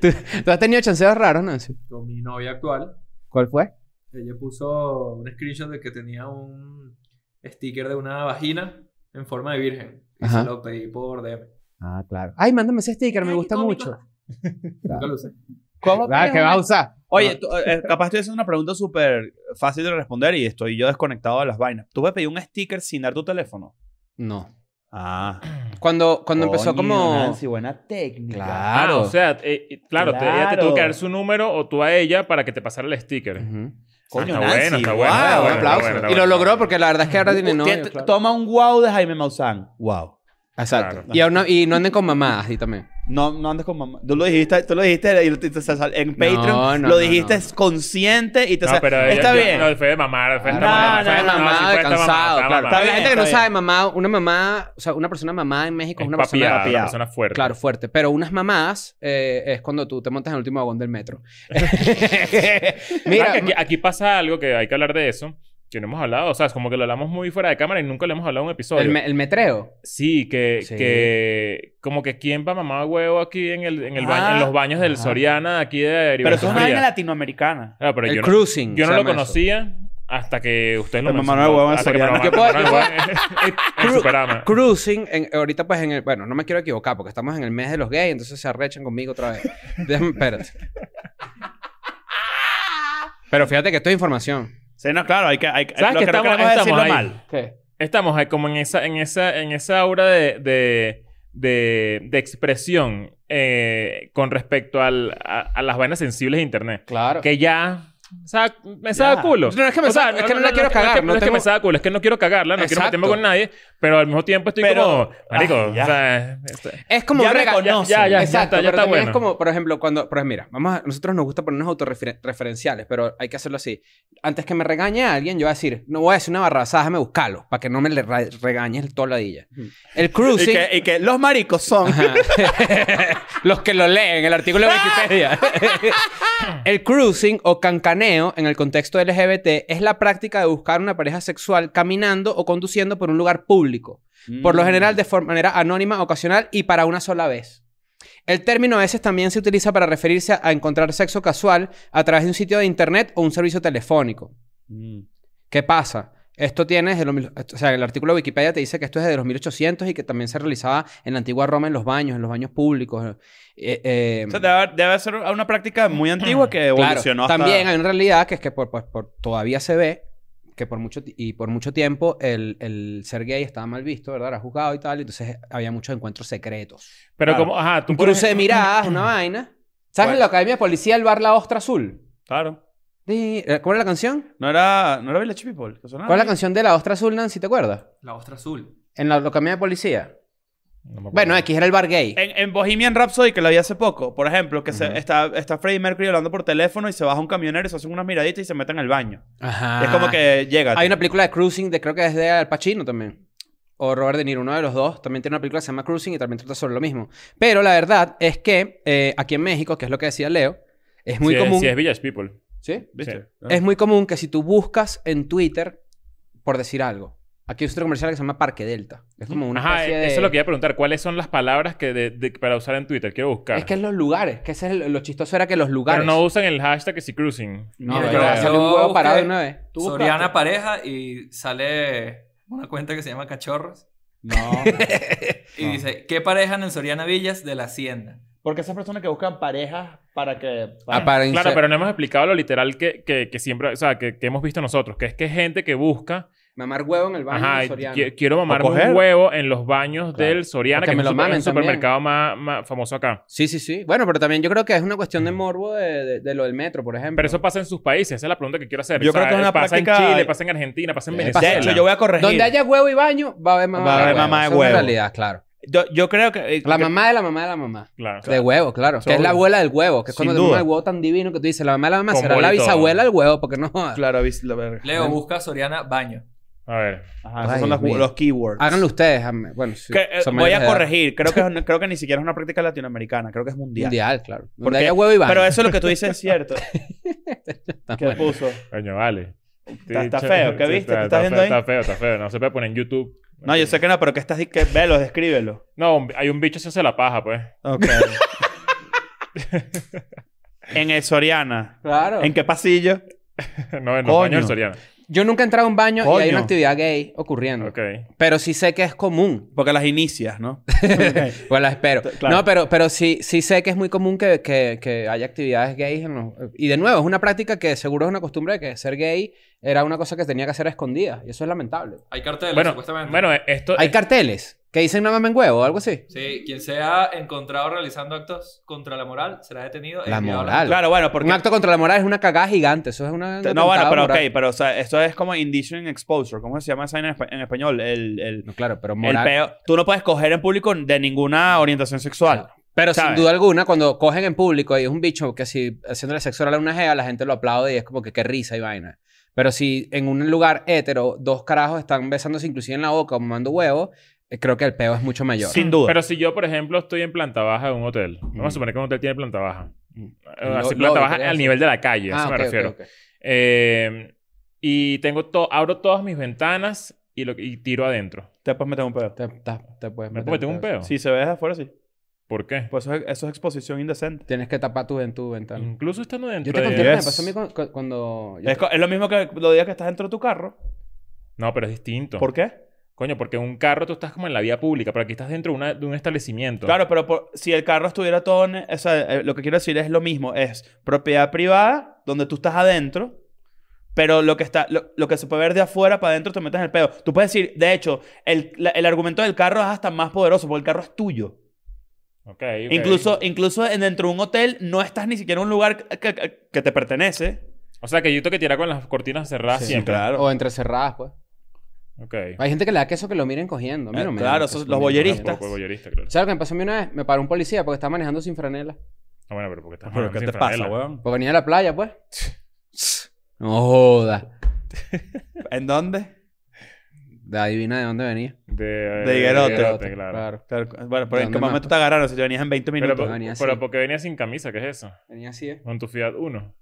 C: ¿Tú, tú has tenido chanceos raros, Nancy.
D: Con mi novia actual,
C: ¿Cuál fue?
D: ella puso un screenshot de que tenía un sticker de una vagina en forma de virgen. Y
C: Ajá.
D: se lo pedí por DM.
C: Ah, claro. Ay, mándame ese sticker, me
E: Ay,
C: gusta
E: qué
C: mucho.
D: Nunca lo usé.
C: ¿Cómo? Ah, ¿Qué vas a usar?
A: Oye, tú, eh, capaz estoy haciendo una pregunta súper fácil de responder y estoy yo desconectado de las vainas. Tú puedes pedir un sticker sin dar tu teléfono.
C: No.
A: Ah.
C: Cuando, cuando empezó
A: Coño,
C: como...
A: Nancy, buena técnica.
C: Claro.
B: Ah, o sea, eh, eh, claro, te- ella te
A: Claro.
B: tuvo que dar su número o tú a ella para que te pasara el sticker.
C: Ujú.
A: Coño,
B: Está
A: Nancy.
B: bueno, Ah, está
A: guau,
B: bueno, está
A: un
B: bueno, está
A: aplauso.
B: bueno, está
C: Y lo logró porque la verdad es que ahora tiene novio.
A: Tien-
C: claro.
A: Toma un wow de Jaime Maussan. Wow.
C: Exacto.
B: Claro.
C: Y, aún no, y no anden con mamadas y también.
A: No, no andes con mamá. Tú lo dijiste, tú lo dijiste y te- te- te- en Patreon.
C: no,
A: lo
C: no,
A: dijiste
C: no.
A: consciente y te
B: No,
A: sa-
B: pero ella-
A: Está
B: yo-
A: bien.
B: No, fue de mamar. Fue de
A: No,
B: mamar,
A: no,
B: fue de-
A: no,
B: no,
C: mamá,
B: sí fue- está
C: cansado,
B: mamada, está
C: claro.
B: mamada.
A: Está
C: la
A: bien,
C: gente que no
A: está
C: sabe,
A: bien.
C: mamá, una mamá, o sea, una persona mamada en México es,
B: Es
C: una
B: papiada,
C: persona
B: una
A: rapeada.
B: persona fuerte.
C: Claro, fuerte. Pero unas mamadas eh, es cuando tú te montas en el último vagón del metro.
B: Claro
C: Mira,
B: que aquí, aquí pasa algo que hay que hablar de eso. Que no hemos hablado. O sea, es como que lo hablamos muy fuera de cámara y nunca le hemos hablado en un episodio.
C: el, me- el metreo.
B: Sí, que,
C: Sí.
B: que como que quién va a mamar huevo aquí en el, en el baño,
A: Ah.
B: en los baños del
C: Ajá.
B: Soriana aquí de
A: pero eso es
B: Heriberto
A: una vaina
B: Frías.
A: latinoamericana.
B: Claro, pero
C: el
B: yo no-
C: cruising.
B: Yo no
C: Mm. se
B: lo
C: llama eso.
B: conocía hasta que usted lo
A: Pero mamá
B: mencionó.
A: no es huevón,
B: Hasta que
A: Soriana.
B: mamá-
C: Yo
B: mamá
C: puedo-
B: no es huevón en- en
C: Cru-
B: Superama.
C: Cruising, en- ahorita pues en el... Bueno, no me quiero equivocar porque estamos en el mes de los gays, entonces se arrechan conmigo otra vez. Déjame, espérate. Pero fíjate que esto es información.
A: Sí, no, claro, hay que. Hay,
B: ¿Sabes
A: lo
B: que
A: que no
B: estamos-
A: queremos es
B: estamos
A: decirlo
B: ahí?
A: mal.
C: ¿Qué?
B: Estamos ahí como en esa, en esa, en esa aura de, de, de, de expresión eh, con respecto al, a, a las vainas sensibles de internet.
C: Claro.
B: Que ya. o sea, me sabe
A: Ya.
B: a culo.
C: No, no es que me
B: O sea,
C: sabe- es que no la quiero
B: es que-
C: cagar,
B: No,
C: no
B: es que
C: tengo-
B: me sabe a culo, es que no quiero cagarla, no quiero
C: Exacto.
B: meterme con nadie, pero al mismo tiempo estoy
A: Pero-
B: como. Marico,
A: Ah, ya.
B: o sea. este-
C: Es como
A: Ya
C: un rega-
A: reconoce.
B: Ya, ya, ya, está,
C: Exacto,
B: ya
C: pero
B: está
C: también
B: bueno.
C: es como, por ejemplo, cuando, por ejemplo, mira, vamos a, nosotros nos gusta ponernos autorreferenciales, pero hay que hacerlo así. Antes que me regañe a alguien, yo voy a decir, no voy a decir una barrabasada, déjame buscarlo, para que no me le ra- regañes toda la dilla. El
A: Y
C: cruising,
A: que, y que los maricos son.
C: Ajá. los que lo leen, el artículo de Wikipedia. el cruising o cancaneo en el contexto LGBT es la práctica de buscar una pareja sexual caminando o conduciendo por un lugar público
A: Mm.
C: por lo general de forma- manera anónima, ocasional y para una sola vez. El término a veces también se utiliza para referirse a, a encontrar sexo casual a través de un sitio de internet o un servicio telefónico.
A: Mm.
C: ¿Qué pasa? Esto tiene desde los mil- o sea, el artículo de Wikipedia te dice que esto es desde los 1800 y que también se realizaba en la antigua Roma en los baños, en los baños públicos. Eh, eh,
A: O sea, debe, debe ser una práctica muy antigua que
C: Claro,
A: evolucionó hasta...
C: También hay una realidad que es que por, por- por- todavía se ve que por mucho ti- y por mucho tiempo el, el ser gay estaba mal visto, ¿verdad? Era juzgado y tal, y entonces había muchos encuentros secretos.
B: Pero
A: Claro.
B: como. Ajá, tú
C: Un
B: por
C: cruce de
B: ejemplo-
C: miradas, una vaina. ¿Sabes en la Academia de Policía el bar La Ostra Azul?
A: Claro.
C: Di- eh, ¿Cuál era la canción?
A: No era... No era Village People. que sonaba.
C: ¿Cuál es la canción de La Ostra Azul, Nancy? ¿Te acuerdas?
D: La ostra azul.
C: En la, la Academia de Policía.
B: No me acuerdo.
C: Bueno, X era el bar gay.
A: En, en Bohemian Rhapsody, que la vi hace poco, por ejemplo, que
C: Ujú.
A: se, está, está Freddie Mercury hablando por teléfono y se baja un camionero y se hacen unas miraditas y se meten al baño.
C: Ajá.
A: Es como que llega.
C: Ah. Hay una película de Cruising, de, creo que es de Al Pacino también. O Robert De Niro, uno de los dos. También tiene una película que se llama Cruising y también trata sobre lo mismo. Pero la verdad es que eh, aquí en México, que es lo que decía Leo, es muy
B: Sí, es-
C: común.
B: sí, es Village People.
C: ¿Sí?
A: ¿Viste?
B: Ah.
C: Es muy común que si tú buscas en Twitter, por decir algo, aquí hay un centro comercial que se llama Parque Delta. Es como una
B: Ajá,
C: especie de...
B: eso es lo que iba a preguntar. ¿Cuáles son las palabras que de- de- para usar en Twitter? Quiero buscar.
C: Es que es los lugares, que ese es el- lo chistoso era que los lugares.
B: Pero no usan el hashtag que sí cruising.
C: No,
D: Mira,
C: pero
D: yo-
C: sale un
D: yo
C: huevo parado de
D: busqué
C: una vez. ¿Tú buscaste?
D: Soriana pareja y sale una cuenta que se llama Cachorros.
A: No.
D: Y
C: Ah.
D: dice, ¿qué pareja en el Soriana Villas de la Hacienda?
A: Porque esas personas que buscan parejas para que...
C: Ah, para
B: Claro,
C: inse-
B: pero no hemos explicado lo literal que, que, que siempre, o sea, que, que hemos visto nosotros, que es que gente que busca,
C: Mamar huevo en el baño
B: ajá,
C: de Soriana.
B: qui- quiero mamarme
A: O coger.
B: un huevo en los baños
C: Claro.
B: del Soriana,
C: O
B: que,
C: que
B: es
C: me
B: un
C: lo
B: super- es
C: mamen
B: un
C: también.
B: supermercado más, más famoso acá.
C: Sí, sí, sí. Bueno, pero también yo creo que es una cuestión de morbo de, de- de lo del metro, por ejemplo.
B: Pero eso pasa en sus países, esa es la pregunta que quiero hacer.
A: Yo
B: O sea,
A: creo que es una
B: pasa en
A: práctica-
B: Chile, pasa en Argentina, pasa en
C: Sí,
B: Venezuela.
A: De hecho, yo voy a corregir.
C: Donde haya huevo y baño, va a haber mamá
A: Va a haber
C: de huevo.
A: mamá de
C: Eso es una
A: huevo.
C: realidad, claro.
A: yo, yo creo que... eh,
C: La
A: que-
C: mamá de la mamá de la mamá.
B: Claro.
C: De huevo, claro. Que es
A: Seguro.
C: la abuela del huevo. Que es
A: Sin
C: cuando tenemos
A: duda.
C: el huevo tan divino que tú dices, la mamá de la mamá
B: Con
C: será
B: bol y
C: la
B: todo.
C: bisabuela del huevo, porque no jodas.
A: Claro, vis- la verga.
D: Leo, busca Soriana Baño.
B: A ver.
A: Ajá, esos
C: Ay,
A: son los,
C: Dios mío.
A: los keywords.
C: Háganlo ustedes. am- Bueno, sí,
A: Que, eh,
C: son
A: voy
C: mayores de
A: a
C: edad.
A: corregir. Creo que, creo que ni siquiera es una práctica latinoamericana. Creo que es mundial.
C: Mundial, claro. Donde
A: Porque-
C: haya huevo y baño.
A: Pero eso es lo que tú dices es cierto.
C: Está
A: que
C: bueno.
A: puso.
B: Coño, vale.
A: Está- está feo, ¿qué
B: Sí,
A: viste?
B: Está,
A: ¿Qué estás
B: está
A: viendo
B: feo,
A: ahí?
B: está feo, está feo. No se puede poner en YouTube.
A: No, yo sé que no, pero que estás... Que, velo, descríbelo.
B: No, hay un bicho que se hace la paja, pues.
A: Ok. en el Soriana.
C: Claro.
A: ¿En qué pasillo?
B: no, en los
A: Coño.
B: baños del Soriana.
C: Yo nunca he entrado a un baño y hay
A: Coño.
C: una actividad gay ocurriendo.
B: Ok.
C: Pero sí sé que es común.
A: Porque las inicias, ¿no? Ok.
C: Pues la espero.
A: T- claro.
C: No, pero, pero sí, sí sé que es muy común que, que, que haya actividades gays. En los... Y de nuevo, es una práctica que seguro es una costumbre de que ser gay era una cosa que tenía que hacer a escondidas. Y eso es lamentable.
D: Hay carteles,
B: Bueno, eh.
D: supuestamente.
A: Eh,
B: bueno, esto...
C: Hay carteles. Que dicen no mamen huevo o algo así.
D: Sí, quien sea encontrado realizando actos contra la moral será detenido. e
C: La
D: enviado a
C: moral.
A: Claro, bueno, porque...
C: Un acto contra la moral es una cagada gigante. Eso es
A: no,
C: una.
A: bueno,
C: atentado
A: pero
C: moral.
A: ok, pero o sea, esto es como indicio en exposure. ¿Cómo se llama esa vaina en, espa- en español? El, el,
C: No, claro, pero
A: el
C: moral.
A: peo. Tú no puedes coger en público de ninguna orientación sexual.
C: Pero
A: ¿sabes?
C: sin duda alguna, cuando cogen en público y es un bicho que si haciéndole sexo oral a una gea, la gente lo aplaude y es como que qué risa y vaina. Pero si en un lugar hétero dos carajos están besándose inclusive en la boca o mamando huevos, eh, creo que el peo es mucho mayor.
A: Sin duda.
B: Pero si yo, por ejemplo, estoy en planta baja de un hotel, vamos a
C: Mm.
B: suponer que un hotel tiene planta baja.
C: Mm.
B: Eh, Así
C: Lo-
B: planta
C: lobby,
B: baja
C: podría
B: al
C: ser.
B: nivel de la calle, a eso
C: Ah,
B: me
C: ok, ok,
B: refiero.
C: ok.
B: Eh, y tengo to- abro todas mis ventanas y, lo- y tiro adentro.
A: Te puedes meter un pedo.
C: Te, te- te puedes
B: ¿Me
C: meter
B: puedo meter un peo?
A: Si se ve desde afuera, sí.
B: ¿Por qué?
A: Pues eso es, eso es exposición indecente.
C: Tienes que tapar tu, en tu ventana.
B: Incluso estando dentro
C: Yo te
B: de...
C: conté lo que me
A: Yes.
C: pasó a mí cu- cu- cuando... yo
A: Es, co- es lo mismo que los días que estás dentro de tu carro.
B: No, pero es distinto.
A: ¿Por qué?
B: Coño, porque en un carro tú estás como en la vía pública, pero aquí estás dentro de, una- de un establecimiento.
A: Claro, pero por- si el carro estuviera todo... en- o sea, eh, lo que quiero decir es lo mismo. Es propiedad privada, donde tú estás adentro. Pero lo que, está, lo, lo que se puede ver de afuera para adentro te metes en el pedo. Tú puedes decir... De hecho, el, la- el argumento del carro es hasta más poderoso porque el carro es tuyo.
B: Ok, ok.
A: Incluso, incluso en- dentro de un hotel no estás ni siquiera en un lugar que, que- que te pertenece.
B: O sea, que yo tengo que tirar con las cortinas cerradas
C: Sí,
B: siempre.
A: claro.
C: O entrecerradas, pues.
B: Ok.
C: Hay gente que le da queso que lo miren cogiendo. A mí
A: Eh,
C: no me
A: claro,
C: da
A: esos-
C: queso
A: los
C: que miren
A: voyeristas.
C: cogiendo.
B: Tampoco es voyerista, claro.
C: ¿Sabes lo que me pasó a mí una vez? Me paró un policía porque estaba manejando sin franela.
B: No, Ah, bueno, pero porque estás
A: ¿Pero qué
B: manejando
A: te
B: sin
A: pasa,
B: franela.
A: weón?
C: Porque venía de la playa, pues. No joda.
A: ¿En dónde?
C: De adivina de dónde venía.
B: De,
A: De higuerote.
B: higuerote, claro.
A: Claro, bueno, pero en
C: ¿Dónde
A: qué
C: más?
A: momento te agarraron si te venías en 20
B: Pero,
A: minutos.
B: por-
C: venía así.
B: pero porque venía sin camisa, ¿qué es eso?
C: Venía así, ¿eh?
B: Con tu Fiat 1.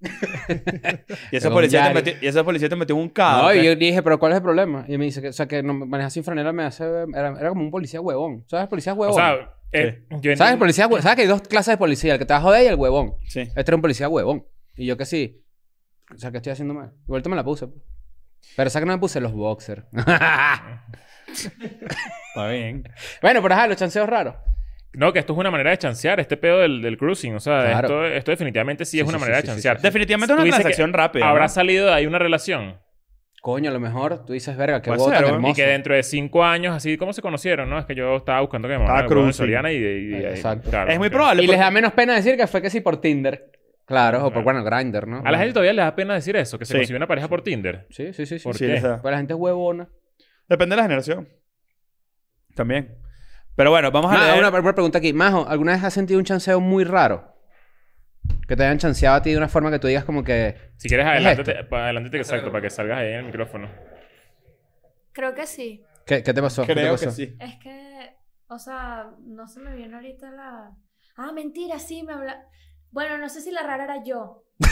A: y, ese
C: Con
A: policía te
C: Yari.
A: metió, y ese policía te metió un
B: Ah,
A: cabo.
C: no, y yo dije, ¿pero cuál es el problema? Y me dice que, o sea, que no, manejar sin franela me hace... Era, era como un policía huevón. ¿Sabes? Policía
B: O
C: huevón.
B: sea, eh, yo
C: ¿Sabes?
B: entiendo-
C: Policía hue- ¿Sabes que hay dos clases de policía? El que te va a joder y el huevón.
A: Sí.
C: Este era un policía huevón. Y yo que sí. O sea, que estoy haciendo mal. Igual me la puse. pues. Pero ¿sabes que no me puse los boxers?
A: Está bien.
C: bueno, pero ajá, los chanceos raros.
B: No, que esto es una manera de chancear, este pedo del, del cruising. O sea, esto,
C: Claro.
B: esto definitivamente sí,
C: Sí,
B: es una
C: sí,
B: manera
C: sí,
B: de
C: sí, sí,
B: chancear.
C: sí,
A: Definitivamente
B: Tú
A: es una
B: dices que
A: transacción rápida.
B: Habrá
A: ¿no?
B: salido de ahí una relación.
C: Coño, a lo mejor tú dices, verga, qué
A: Puede
C: huevo
A: ser,
C: tan
A: ¿no? Y
C: hermoso.
B: Y que dentro de cinco años, así como se conocieron, ¿no? Es que yo estaba buscando que me
A: Estaba
B: mandara el huevo de
A: cruising.
B: Soriana y, y- y-
C: Exacto.
B: claro,
A: Es muy
B: ok.
A: probable.
C: Y les
A: porque-
C: da menos pena decir que fue que sí por Tinder. Claro, o por, bueno, Grindr, ¿no?
B: A la gente todavía le da pena decir eso, que se
A: Sí.
B: consiguió una pareja por Tinder.
C: Sí, sí, sí. sí.
B: ¿Por
A: Sí,
B: qué?
A: les da.
C: Pues la gente es huevona.
A: Depende de la generación. También. Pero bueno, vamos a
C: Ma-
A: leer.
C: una, una pregunta aquí. Majo, ¿alguna vez has sentido un chanceo muy raro? Que te hayan chanceado a ti de una forma que tú digas como que...
B: Si quieres, adelántate,
C: esto?
B: pa- adelántate que exacto, para que salgas ahí en el micrófono.
F: Creo que sí.
C: ¿Qué, qué te pasó? ¿Qué te
A: Creo que
C: pasó?
A: sí.
F: Es que, o sea, no se me viene ahorita la... Ah, mentira, sí, me habla... Bueno, no sé si la rara era yo. Me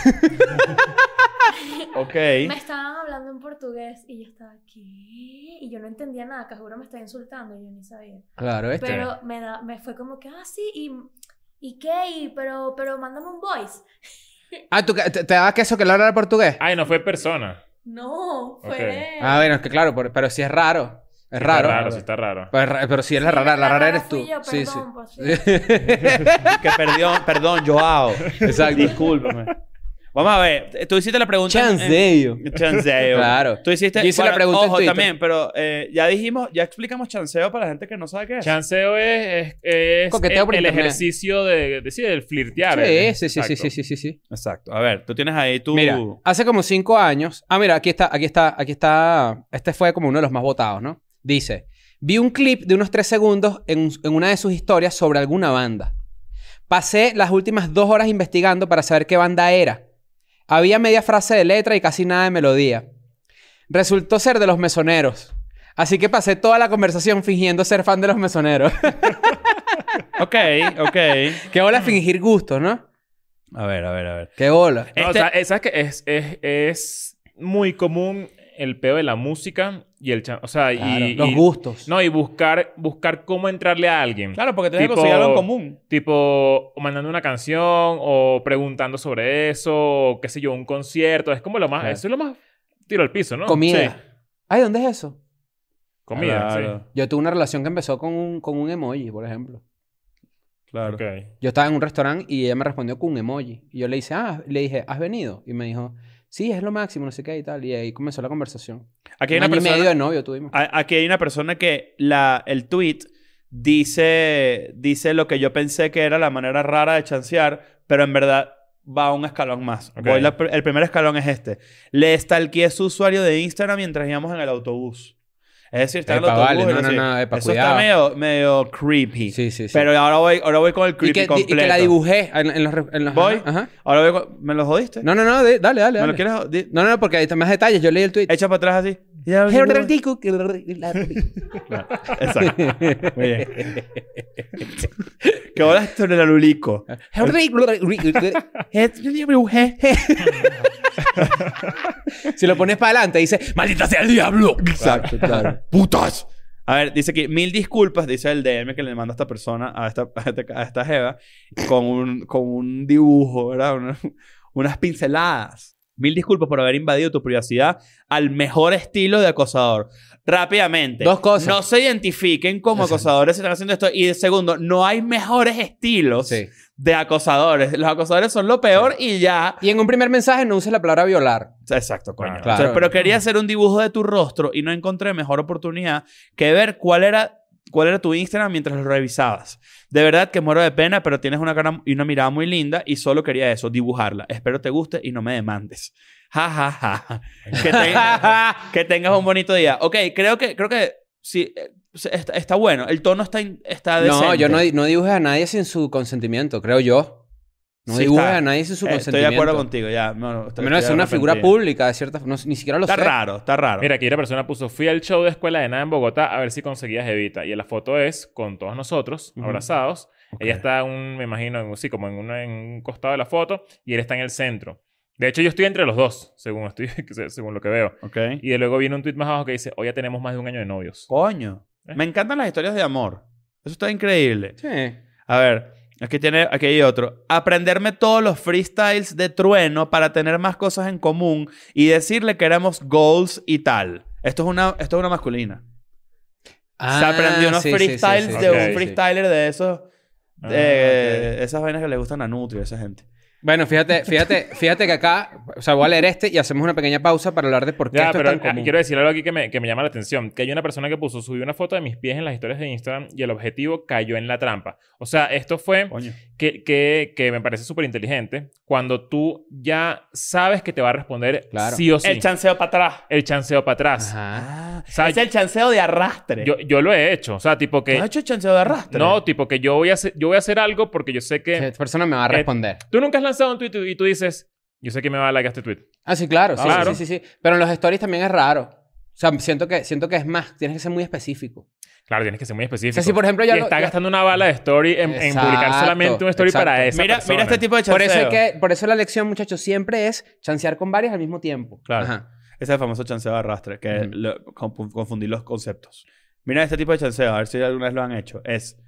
A: Ok.
F: estaban hablando en portugués y yo estaba, ¿qué? Y yo no entendía nada, que juro me estaba insultando y yo ni sabía.
C: Claro, ¿viste?
F: Pero me, da- me fue como que, ah, sí, y, ¿y qué? Y, pero, pero mándame un voice.
C: Ah, ¿tú, que- te, te daba queso que lo hablara portugués?
B: Ay, no fue persona.
F: No, fue...
B: Ok.
C: Ah, bueno, es que claro, por- pero si es raro. Es
B: Sí
C: raro.
B: Está raro, sí está raro.
C: Pero, es ra- pero si es la
F: Sí,
C: rara, la rara eres
F: fui
C: tú.
F: yo,
C: sí, sí.
F: perdón, pues, sí.
A: que perdón, perdón, Joao.
C: Exacto.
A: Discúlpame. Vamos a ver. Eh, Tú hiciste la pregunta. en-
C: Chanceo.
A: Chanceo.
C: Claro.
A: Tú hiciste.
C: Yo hice la pregunta en
A: Ojo,
C: Twitter.
A: también, pero eh, ya dijimos, ya explicamos chanceo para la gente que no sabe qué es.
B: Chanceo es, es- es
C: Coqueteo por
B: el, el
C: internet.
B: ejercicio de, de- sí, del flirtear.
C: Sí,
B: eh.
C: sí, sí, sí,
B: Exacto.
C: sí, sí, sí, sí.
A: Exacto. A ver, tú tienes ahí tu.
C: Mira, hace como cinco años. Ah, mira, aquí está, aquí está, aquí está. Este fue como uno de los más votados, ¿no? Dice: Vi un clip de unos tres segundos en, un- en una de sus historias sobre alguna banda. Pasé las últimas dos horas investigando para saber qué banda era. Había media frase de letra y casi nada de melodía. Resultó ser de los mesoneros. Así que pasé toda la conversación fingiendo ser fan de los mesoneros.
A: Ok, ok.
C: qué bola fingir gustos, ¿no?
A: A ver, a ver, a ver.
C: Qué bola.
B: No, o
A: Este-
B: sea, eh, ¿sabes qué? Es, es, es muy común el peo de la música y el chan- O sea, y-
C: Claro,
B: y.
C: los gustos.
B: No, y buscar, buscar cómo entrarle a alguien.
A: Claro, porque tienes que
B: Tipo-
A: conseguir algo en común.
B: Tipo, o mandando una canción o preguntando sobre eso, o qué sé yo, un concierto. Es como lo más.
C: Claro.
B: Eso es lo más tiro al piso, ¿no?
C: Comida.
B: Sí.
C: Ay, ¿dónde es eso?
B: Comida,
A: Claro,
C: Yo tuve una relación que empezó con un, con un emoji, por ejemplo.
B: sí.
A: claro.
B: Ok.
C: Yo estaba en un restaurante y ella me respondió con un emoji. Y yo le hice, ah, le dije, ¿has venido? Y me dijo, sí, es lo máximo, no sé qué y tal. Y ahí comenzó la conversación.
A: Aquí hay
C: Un
A: una
C: año y medio
A: persona. Ah,
C: de novio tuvimos.
A: a- Aquí hay una persona que la, el tweet dice, dice lo que yo pensé que era la manera rara de chancear, pero en verdad va un escalón más.
B: Ok.
A: Voy la pr- el primer escalón es este. Le stalkeé su usuario de Instagram mientras íbamos en el autobús. Es decir, está en el
C: Epa,
A: autobús.
C: vale,
A: y
C: no,
A: lo
C: no,
A: sigue.
C: no, epa,
A: Eso
C: cuidado.
A: está medio, medio creepy.
C: Sí, sí, sí.
A: Pero ahora voy, ahora voy con el
C: y
A: creepy
C: que, di- y
A: completo.
C: que la dibujé en, en los... re- en los-
A: Voy.
C: ajá, ajá.
A: Ahora voy con- ¿Me lo jodiste?
C: No, no, no. de- dale, dale,
A: ¿Me
C: dale.
A: lo quieres? di-
C: No, no, no, porque ahí está más detalles. Yo leí el tweet.
A: Echa para atrás así. Ya- Exacto. Muy bien. ¿Qué horas sobre el lulico?
C: Eh, si lo pones para adelante, dice, maldita sea el diablo.
A: Exacto, claro. ¡Putas! A ver, dice aquí, mil disculpas, dice el DM que le manda a esta persona, a esta, a esta, a esta jeva, con un, con un dibujo, ¿verdad? Una- unas pinceladas. Mil disculpas por haber invadido tu privacidad al mejor estilo de acosador. Rápidamente.
C: Dos cosas.
A: No se identifiquen como
C: Exacto.
A: acosadores si están haciendo esto. Y segundo, no hay mejores estilos
C: Sí.
A: de acosadores. Los acosadores son lo peor y ya.
C: Y en un primer mensaje no uses la palabra violar.
A: Exacto, coño.
B: Claro.
C: Claro.
A: Entonces, pero quería hacer un dibujo de tu rostro y no encontré mejor oportunidad que ver cuál era, cuál era tu Instagram mientras lo revisabas. De verdad que muero de pena, pero tienes una cara y una mirada muy linda y solo quería eso, dibujarla. Espero te guste y no me demandes. Ja, ja, ja. Que, te- que tengas un bonito día. Ok, creo que, creo que sí, eh, está, está bueno. El tono está, in- está
C: No,
A: decente. Eh,
C: yo no, di- no dibujes a nadie sin su consentimiento, creo yo. No
A: Sí,
C: dibujes
A: está.
C: a nadie sin su
A: Eh, Estoy
C: consentimiento.
A: de acuerdo contigo, ya. No,
C: A menos que sea una figura pública, de cierta no- ni siquiera lo
A: Está
C: sé.
A: raro, está raro.
B: Mira, aquí la persona puso, fui al show de Escuela de Nada en Bogotá a ver si conseguías Evita. Y la foto es con todos nosotros,
C: Ujú.
B: abrazados.
A: Ok.
B: Ella está, un, me imagino, en un, sí, como en, una- en un costado de la foto y él está en el centro. De hecho, yo estoy entre los dos, según, estoy, según lo que veo.
A: Ok.
B: Y de luego viene un tweet más abajo que dice, hoy ya tenemos más de un año de novios.
A: Coño.
B: ¿Eh?
A: Me encantan las historias de amor. Eso está increíble.
C: Sí.
A: A ver, aquí, tiene, aquí hay otro. Aprenderme todos los freestyles de Trueno para tener más cosas en común y decirle que éramos goals y tal. Esto es una, esto es una masculina. Se
B: Ah,
A: aprendió unos
C: Ah, sí, sí, sí,
A: freestyles
C: sí,
A: de
C: sí,
B: Ok.
C: sí.
A: un freestyler de esos.
B: Ah,
A: eh, Esas vainas que le gustan a Nutri, a esa gente.
C: Bueno, fíjate, fíjate, fíjate que acá, o sea, voy a leer este y hacemos una pequeña pausa para hablar de por qué
B: Ya,
C: esto
B: pero
C: es tan
B: ah,
C: común.
B: quiero decir algo aquí que me, que me llama la atención. Que hay una persona que puso, subí una foto de mis pies en las historias de Instagram y el objetivo cayó en la trampa. O sea, esto fue
A: Coño.
B: que, que, que me parece súper inteligente. Cuando tú ya sabes que te va a responder
C: Claro.
B: sí o sí.
A: El chanceo para atrás.
B: El chanceo para atrás.
C: Ajá.
B: O sea,
A: es el chanceo de arrastre.
B: yo, yo lo he hecho. O sea, tipo
A: ¿Tú
B: que...
A: has hecho el chanceo de arrastre?
B: No, tipo que yo voy, a hacer, yo voy a hacer algo porque yo sé que...
C: Esta persona me va a
B: Eh,
C: responder.
B: Tú nunca has lanzado un tweet y y tú dices... Yo sé que me va a like este tweet.
C: Ah, sí, claro. sí,
B: claro.
C: Sí, sí, sí. Pero en los stories también es raro. O sea, siento que, siento que es más, tienes que ser muy específico.
B: Claro, tienes que ser muy específico.
C: O sea, si por ejemplo ya
B: y
C: lo-
B: está
C: ya-
B: gastando una bala de story en, en publicar
C: Exacto,
B: solamente un story para
C: exacto.
B: esa
A: Mira,
B: persona.
A: mira este tipo de chanceo.
C: Por eso, es que, por eso la lección, muchachos, siempre es chancear con varias al mismo tiempo.
A: Claro.
C: Ajá.
A: Ese es el famoso chanceo de arrastre, que es
C: Ujú.
A: lo- confu- confundir los conceptos. Mira este tipo de chanceo, a ver si alguna vez lo han hecho. Es,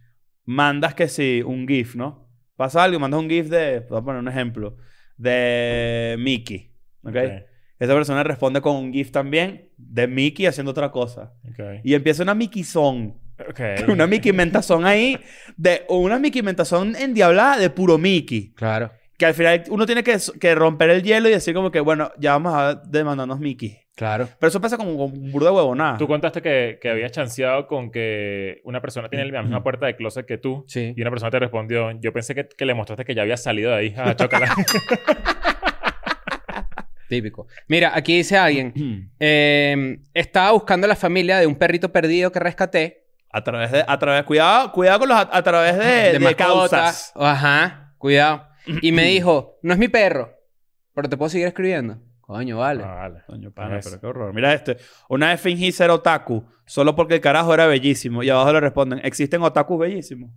A: mandas que si un GIF, ¿no? Pasa algo, y mandas un GIF de, voy a poner un ejemplo, de Mickey, este ¿ok? Esa persona responde con un GIF también de Mickey haciendo otra cosa.
B: Ok.
A: Y empieza una Mickey song.
B: Ok.
A: Una Mickey mentazón ahí, de una Mickey mentazón endiablada de puro Mickey.
C: Claro.
A: Que al final uno tiene que, que romper el hielo y decir como que, bueno, ya vamos a demandarnos Mickey.
C: Claro.
A: Pero eso pasa como con un burda de huevonada.
B: Tú contaste que, que habías chanceado con que una persona tiene la misma puerta de closet que tú.
C: Sí.
B: Y una persona te respondió, yo pensé que, que le mostraste que ya había salido de ahí. Ah, chócala.
C: Típico. Mira, aquí dice alguien. eh, estaba buscando a la familia de un perrito perdido que rescaté.
A: A través de... A través, cuidado, cuidado con los... A, a través de, Eh, de,
C: mascota.
A: causas.
C: Ajá. Cuidado. Y me dijo, no es mi perro, pero te puedo seguir escribiendo. Coño, vale.
B: Ah, vale.
A: Coño, pana,
B: Ves.
A: pero qué horror. Mira este. Una vez fingí ser otaku solo porque el carajo era bellísimo. Y abajo le responden, ¿existen otakus bellísimos?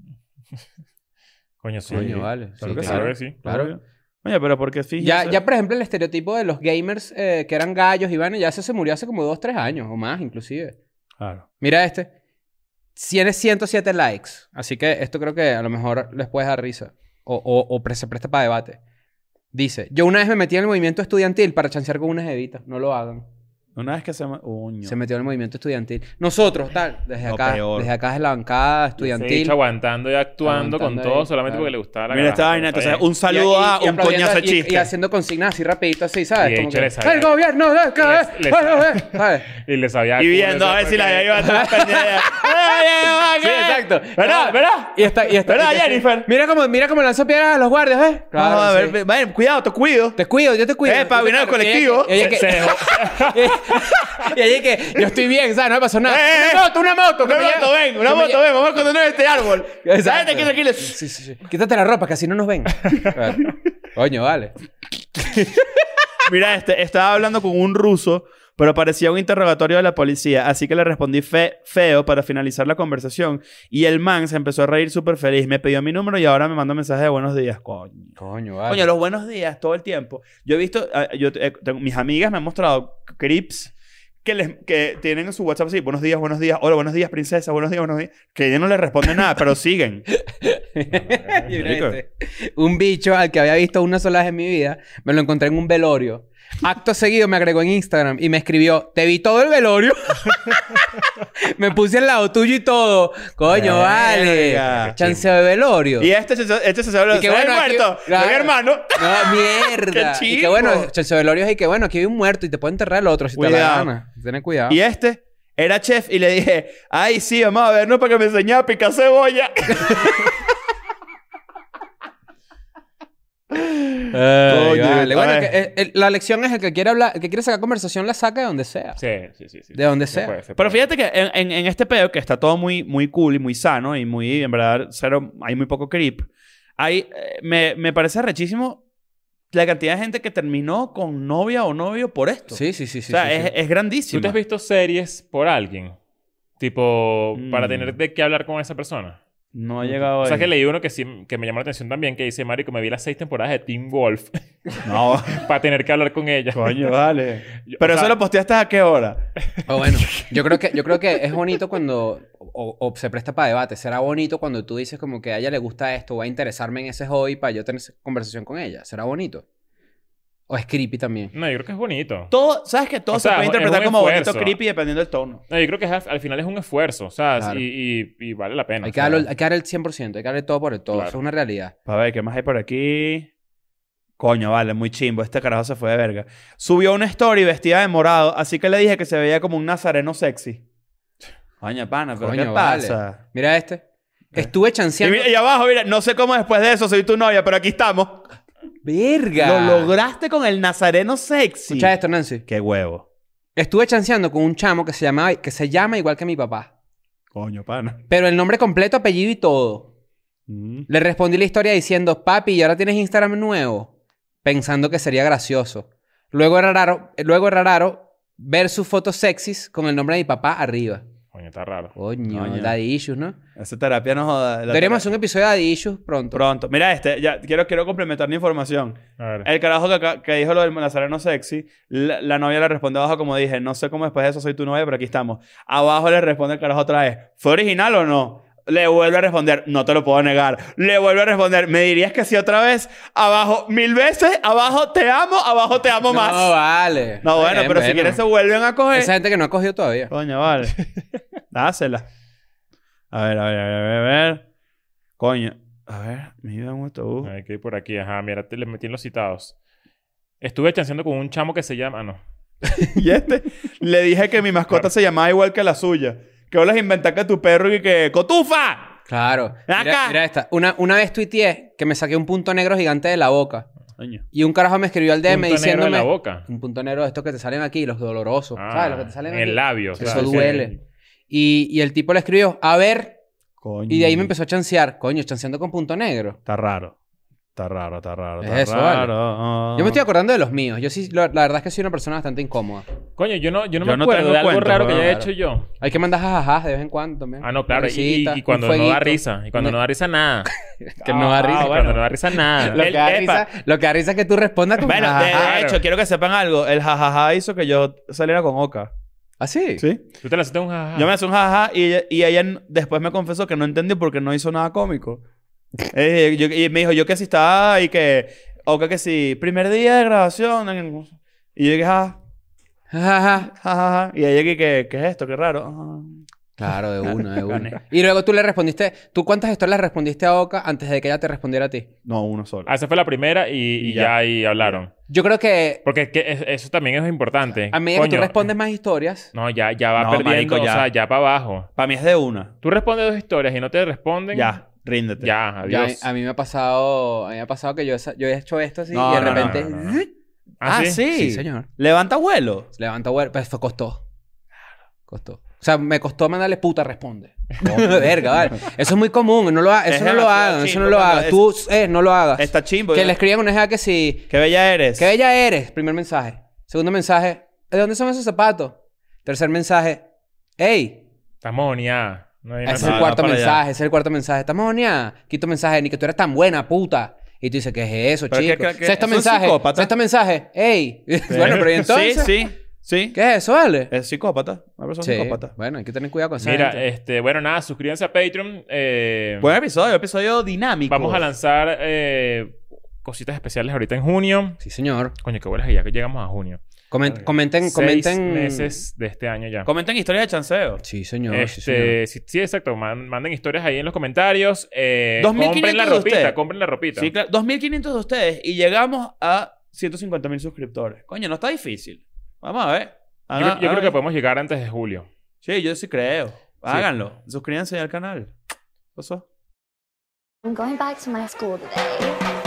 B: Coño, sí.
C: Coño, vale.
B: Claro
C: Sí,
B: que sí,
C: claro.
B: claro que sí.
C: Claro.
A: Obvio. Oye, pero ¿por qué fingí
C: Ya,
A: ser-
C: ya, por ejemplo, el estereotipo de los gamers eh, que eran gallos y bueno, ya eso se murió hace como 2, 3 años o más, inclusive.
A: Claro.
C: Mira este. Tiene 107 likes. Así que esto creo que a lo mejor les puede dar risa. O, o- o pre- se presta para debate. Dice, yo una vez me metí en el movimiento estudiantil para chancear con una jevita. No lo hagan.
A: Una vez que se... ma- Uño.
C: Se metió en el movimiento estudiantil. Nosotros, tal, desde
A: Lo
C: acá,
A: peor.
C: desde acá es la bancada
B: Se ha
C: estudiantil.
B: dicho aguantando y actuando
C: Aguantando
B: con todo
C: ahí,
B: solamente
C: claro.
B: porque le gustaba la
A: Mira esta
B: garaja,
A: vaina.
B: está
A: Entonces,
B: bien.
A: un saludo a
C: Y- y- y
A: un
C: aplaudiendo-
A: coñazo de
C: y- Y,
A: chiste.
C: haciendo consignas así rapidito, así, ¿sabes?
B: Y
C: Como
B: hecho
C: que,
B: le sabía.
C: ¡El gobierno! ¡El que
B: Les- les-
C: ¿Sabes? ¿Sabes?
B: Y le sabía...
A: uh, Y
B: culo,
A: viendo a ver si la
B: porque-
A: iba a estar pendiente.
C: Sí, exacto.
A: ¿Verdad? ¿Verdad?
C: Y está, y está.
A: ¿Verdad,
C: y que-
A: Jennifer?
C: Mira cómo, mira cómo lanzó piedras a los guardias, ¿eh?
A: Claro, a ver,
C: sí.
A: ve- vaya, cuidado, te cuido.
C: Te cuido, yo te cuido.
A: Epa,
C: Yo te
A: vino el
C: cuido. Y ella
A: Eh, colectivo.
C: que- y ella que-
B: Se dejó-
C: y allí que yo estoy bien, ¿sabes? No me pasó nada.
A: Eh, eh,
C: una moto, una moto. que
A: Una
C: me lleva-
A: moto, ven,
C: que
A: una
C: me
A: moto,
C: lleva-
A: ven, vamos a contener este árbol.
C: Exacto.
A: Sáquete aquí, tranquilo.
C: Sí, sí, sí. Quítate la ropa, que así no nos ven. Claro. Coño, vale.
A: Mira, este, estaba hablando con un ruso, pero parecía un interrogatorio de la policía, así que le respondí fe- feo para finalizar la conversación. Y el man se empezó a reír súper feliz. Me pidió mi número y ahora me manda mensaje de buenos días. Coño.
C: Coño, vale.
A: Coño, los buenos días todo el tiempo. Yo he visto, ah, yo, eh, tengo- mis amigas me han mostrado clips que, les, que tienen en su WhatsApp así, buenos días, buenos días, hola, buenos días, princesa, buenos días, buenos días. Que ella no le responde nada, pero siguen.
C: Y una gente- un bicho al que había visto una sola vez en mi vida, me lo encontré en un velorio. Acto seguido me agregó en Instagram y me escribió, te vi todo el velorio. me puse al lado tuyo y todo.
A: Verga.
C: Coño, vale. Chanceo de velorio.
A: Y este, se- este se sabe,
C: Y
A: se
C: que
A: ve
C: bueno, aquí-
A: muerto,
C: claro.
A: de mi hermano.
C: No, mierda.
A: Qué
C: y que
A: chivo.
C: bueno, chanceo de velorio es y que bueno, aquí hay un muerto y te puede enterrar el otro si te da la
A: Cuidado.
C: gana. Ten cuidado.
A: Y este era chef y le dije, ay, sí, vamos a vernos para que me enseñe a picar cebolla.
C: Ay,
A: Coño,
C: vale.
A: a
C: Bueno,
A: ver.
C: que, eh, el- la lección es el que quiere hablar, el que quiere sacar conversación la saca de donde sea.
B: Sí, sí, sí. sí.
C: De donde
B: Se
C: sea.
B: puede, se
A: Pero
B: puede.
A: fíjate que en, en- en este pedo, que está todo muy, muy cool y muy sano y muy, en verdad, cero, hay muy poco creep, hay, eh, me, me parece rechísimo la cantidad de gente que terminó con novia o novio por esto.
C: Sí, sí, sí, sí.
A: o sea,
C: sí,
A: es,
C: sí.
A: es grandísimo.
B: ¿Tú te has visto series por alguien? Tipo, para
A: Mm.
B: tener de qué hablar con esa persona.
A: No ha llegado
B: O sea,
A: ahí.
B: que leí uno que sí que me llamó la atención también, que dice, Mario, que me vi las seis temporadas de Team Wolf
A: No,
B: para tener que hablar con ella.
A: coño, vale.
B: Yo-
A: Pero
B: o sea,
A: eso lo posteaste a qué hora.
C: O bueno, yo creo que, yo creo que es bonito cuando... O, o se presta para debate. Será bonito cuando tú dices como que a ella le gusta esto, va a interesarme en ese hobby para yo tener conversación con ella. Será bonito. O es creepy también.
B: No, yo creo que es bonito.
A: Todo, ¿Sabes que todo
B: O
A: se
B: sea,
A: puede
B: es un
A: interpretar como bonito
B: esfuerzo.
A: creepy dependiendo del tono?
B: No, yo creo que es al- al final es un esfuerzo, o sea,
C: Claro.
B: y, y- y vale la pena.
C: Hay
B: o
C: que,
B: sea.
C: darlo- hay que dar el 100%, hay que darle todo por el todo.
B: Claro.
C: Eso es una realidad.
A: A ver, ¿qué más hay por aquí? Coño, vale, muy chimbo. Este carajo se fue de verga. Subió una story vestida de morado, así que le dije que se veía como un nazareno sexy. Coño, pana, ¿pero
C: Coño,
A: qué
C: vale.
A: pasa?
C: Mira este. Estuve
A: Y,
C: chanceando...
A: mira- y abajo, mira, no sé cómo después de eso soy tu novia, pero aquí estamos.
C: ¡Verga!
A: Lo lograste con el nazareno sexy.
C: Escucha esto, Nancy.
A: Qué huevo.
C: Estuve chanceando con un chamo que se, llamaba, que se llama igual que mi papá.
A: Coño, pana.
C: Pero el nombre completo, apellido y todo.
A: Mm.
C: Le respondí la historia diciendo, papi, ¿y ahora tienes Instagram nuevo? Pensando que sería gracioso. Luego era raro, luego era raro ver sus fotos sexys con el nombre de mi papá arriba.
B: Coño, está raro.
C: Coño,
A: Coño.
C: Daddy Issues, ¿no?
A: Esa terapia no joda. La terapia-
C: Deberíamos hacer un episodio de Daddy Issues pronto.
A: Pronto. Mira este. Ya, quiero, quiero complementar mi información.
B: A ver.
A: El carajo que, acá- que dijo lo del nazareno sexy, la, la novia le responde abajo como dije, no sé cómo después de eso soy tu novia, pero aquí estamos. Abajo le responde el carajo otra vez, ¿fue original o no? Le vuelve a responder, no te lo puedo negar. Le vuelve a responder, ¿me dirías que sí otra vez? Abajo, mil veces, abajo te amo, abajo te amo
C: no,
A: más.
C: vale.
A: No, bueno, pero si quieren se vuelven a coger.
C: Esa gente que no ha cogido todavía.
A: Coño, vale. Dásela. A ver, a ver, a ver, a ver. Coño. A ver, me iba en un autobús.
B: Hay que ir por aquí, ajá, mira, te le metí en los citados. Estuve chanceando con un chamo que se llama... Ah, no.
A: Y este le dije que mi mascota se llamaba igual que la suya. Que vos las inventas que tu perro y que ¡Cotufa!
C: Claro. Mira,
A: Acá.
C: mira esta. Una, una vez tuiteé que me saqué un punto negro gigante de la boca.
A: Coño.
C: Y un carajo me escribió al DM
B: Punto negro
C: diciéndome...
B: en la boca.
C: Un punto negro de estos que te salen aquí, los dolorosos.
B: Ah,
C: ¿Sabes? Los que te salen
B: en
C: aquí.
B: el labio.
C: Eso
B: claro, sí.
C: duele. Y, y el tipo le escribió, a ver,
A: Coño.
C: y de
B: Mm.
C: ahí me empezó a chancear. Coño, chanceando con punto negro.
A: Está raro. Está raro, está raro.
C: Es
A: Está
C: eso, vale.
A: raro. Ah.
C: Yo me estoy acordando de los míos. Yo sí, la, la verdad es que soy una persona bastante incómoda.
B: Coño, yo no, yo no
A: Yo
B: me
A: no
B: acuerdo
A: tengo
B: de algo
A: cuentos,
B: raro que haya
A: claro.
B: hecho yo.
C: Hay que mandar jajajas de vez en cuando también.
B: Ah, no, claro. Y, y-
C: Risita,
B: y
C: un
B: cuando no da
C: fueguito.
B: risa. Y cuando no da risa, nada.
C: que no da
A: Ah,
C: risa.
A: bueno.
B: Cuando no da risa, eh, nada.
C: Lo,
A: El-
C: que da
A: epa.
C: risa lo que da risa es que tú respondas con
A: Bueno, de, de
C: jajaja.
B: Claro.
A: hecho, quiero que sepan algo. El jajaja hizo que yo saliera con Oka.
C: ¿Ah, sí?
A: ¿Sí?
B: Tú te lanzaste un jajaja.
A: Yo me hice un jajaja y, ella- y ella n- después me confesó que no entendió porque no hizo nada cómico. Eh, yo- y me dijo, yo que si estaba y que... Oka que si... Primer día de grabación. en el- Y yo dije, ah...
C: Ajá.
A: Ja, ja, ja. Y ella que, que, ¿qué es esto? Qué raro. Ah.
C: Claro, de una, de
A: Gané.
C: una. Y luego tú le respondiste, ¿tú cuántas historias le respondiste a Oka antes de que ella te respondiera a ti?
A: No, uno solo.
B: Ah, esa fue la primera y, y
A: Y
B: ya.
A: ya.
B: ahí hablaron.
C: Yo creo que
B: Porque es que es- eso también es importante.
C: a medida que tú
B: Coño,
C: respondes más historias,
B: No, ya, ya va
A: No,
B: perdiendo,
A: marico, ya.
B: o sea, ya para abajo.
A: Para mí es de una.
B: Tú respondes dos historias y no te responden.
A: Ya, ríndete.
B: Ya,
C: ya
B: adiós.
C: a mí me ha pasado, a mí me ha pasado que yo, esa- yo he hecho esto así
A: No,
C: y de
A: no, no,
C: repente,
B: no, no, no.
A: Ah, sí.
C: sí, señor.
A: Levanta vuelo.
C: Se levanta Uber, pero esto costó. Costó. O sea, me costó mandarle puta responde. Verga, vale. Eso es muy común. No lo ha-
A: Es
C: eso no lo
A: demasiado
C: hagan. Eso
A: chimbo
C: no lo
A: cuando
C: hagas.
A: es-
C: Tú, eh, no lo hagas.
A: Está chimbo.
C: que
A: ¿no?
C: le escriban una jega que si...
A: Qué bella eres.
C: ¡Qué bella eres! Primer mensaje. Segundo mensaje. ¿De dónde son esos zapatos? Tercer mensaje. ¡Ey!
B: Estamos boniadas. No hay
C: Ese es
B: nada.
C: el
A: no,
C: cuarto
A: para allá.
C: mensaje. Ese es el cuarto mensaje. Estamos moneada. Quinto mensaje. Ni que tú eres tan buena, puta. Y tú dices, ¿qué es eso,
A: Pero
C: chico?
A: que- que- que-
C: Sexto
A: es un
C: mensaje.
A: psicópata.
C: Sexto mensaje. ¡Ey! bueno, pero ¿y entonces?
A: Sí, sí. Sí.
C: ¿Qué es eso, vale?
A: Es psicópata. Una persona
C: Sí.
A: psicópata.
C: Bueno, hay que tener cuidado con eso.
A: eh,
B: Mira, este, bueno, nada, suscríbanse a Patreon. eh,
A: Buen episodio, episodio dinámico.
B: vamos a lanzar eh, cositas especiales ahorita en junio.
C: Sí, señor.
B: Coño, qué buenas ya que llegamos a junio.
C: Comen- comenten,
B: Seis
C: comenten.
B: meses de este año ya.
A: Comenten historias de chanceo.
C: Sí, señor. sí, señor.
B: Este, sí, sí, exacto. Man- manden historias ahí en los comentarios. Eh,
A: 2500
B: compren la
A: de
B: ropita,
A: ustedes.
B: compren la ropita.
A: Sí, claro. 2.500 de ustedes y llegamos a 150.000 suscriptores. Coño, no está difícil. Vamos a ver.
B: Yo,
A: Hagan-
B: yo creo
A: hagan-
B: que podemos llegar antes de julio.
A: Sí, yo sí creo. Háganlo. Suscríbanse al canal. ¿Qué pasó?
E: I'm going back to my school today.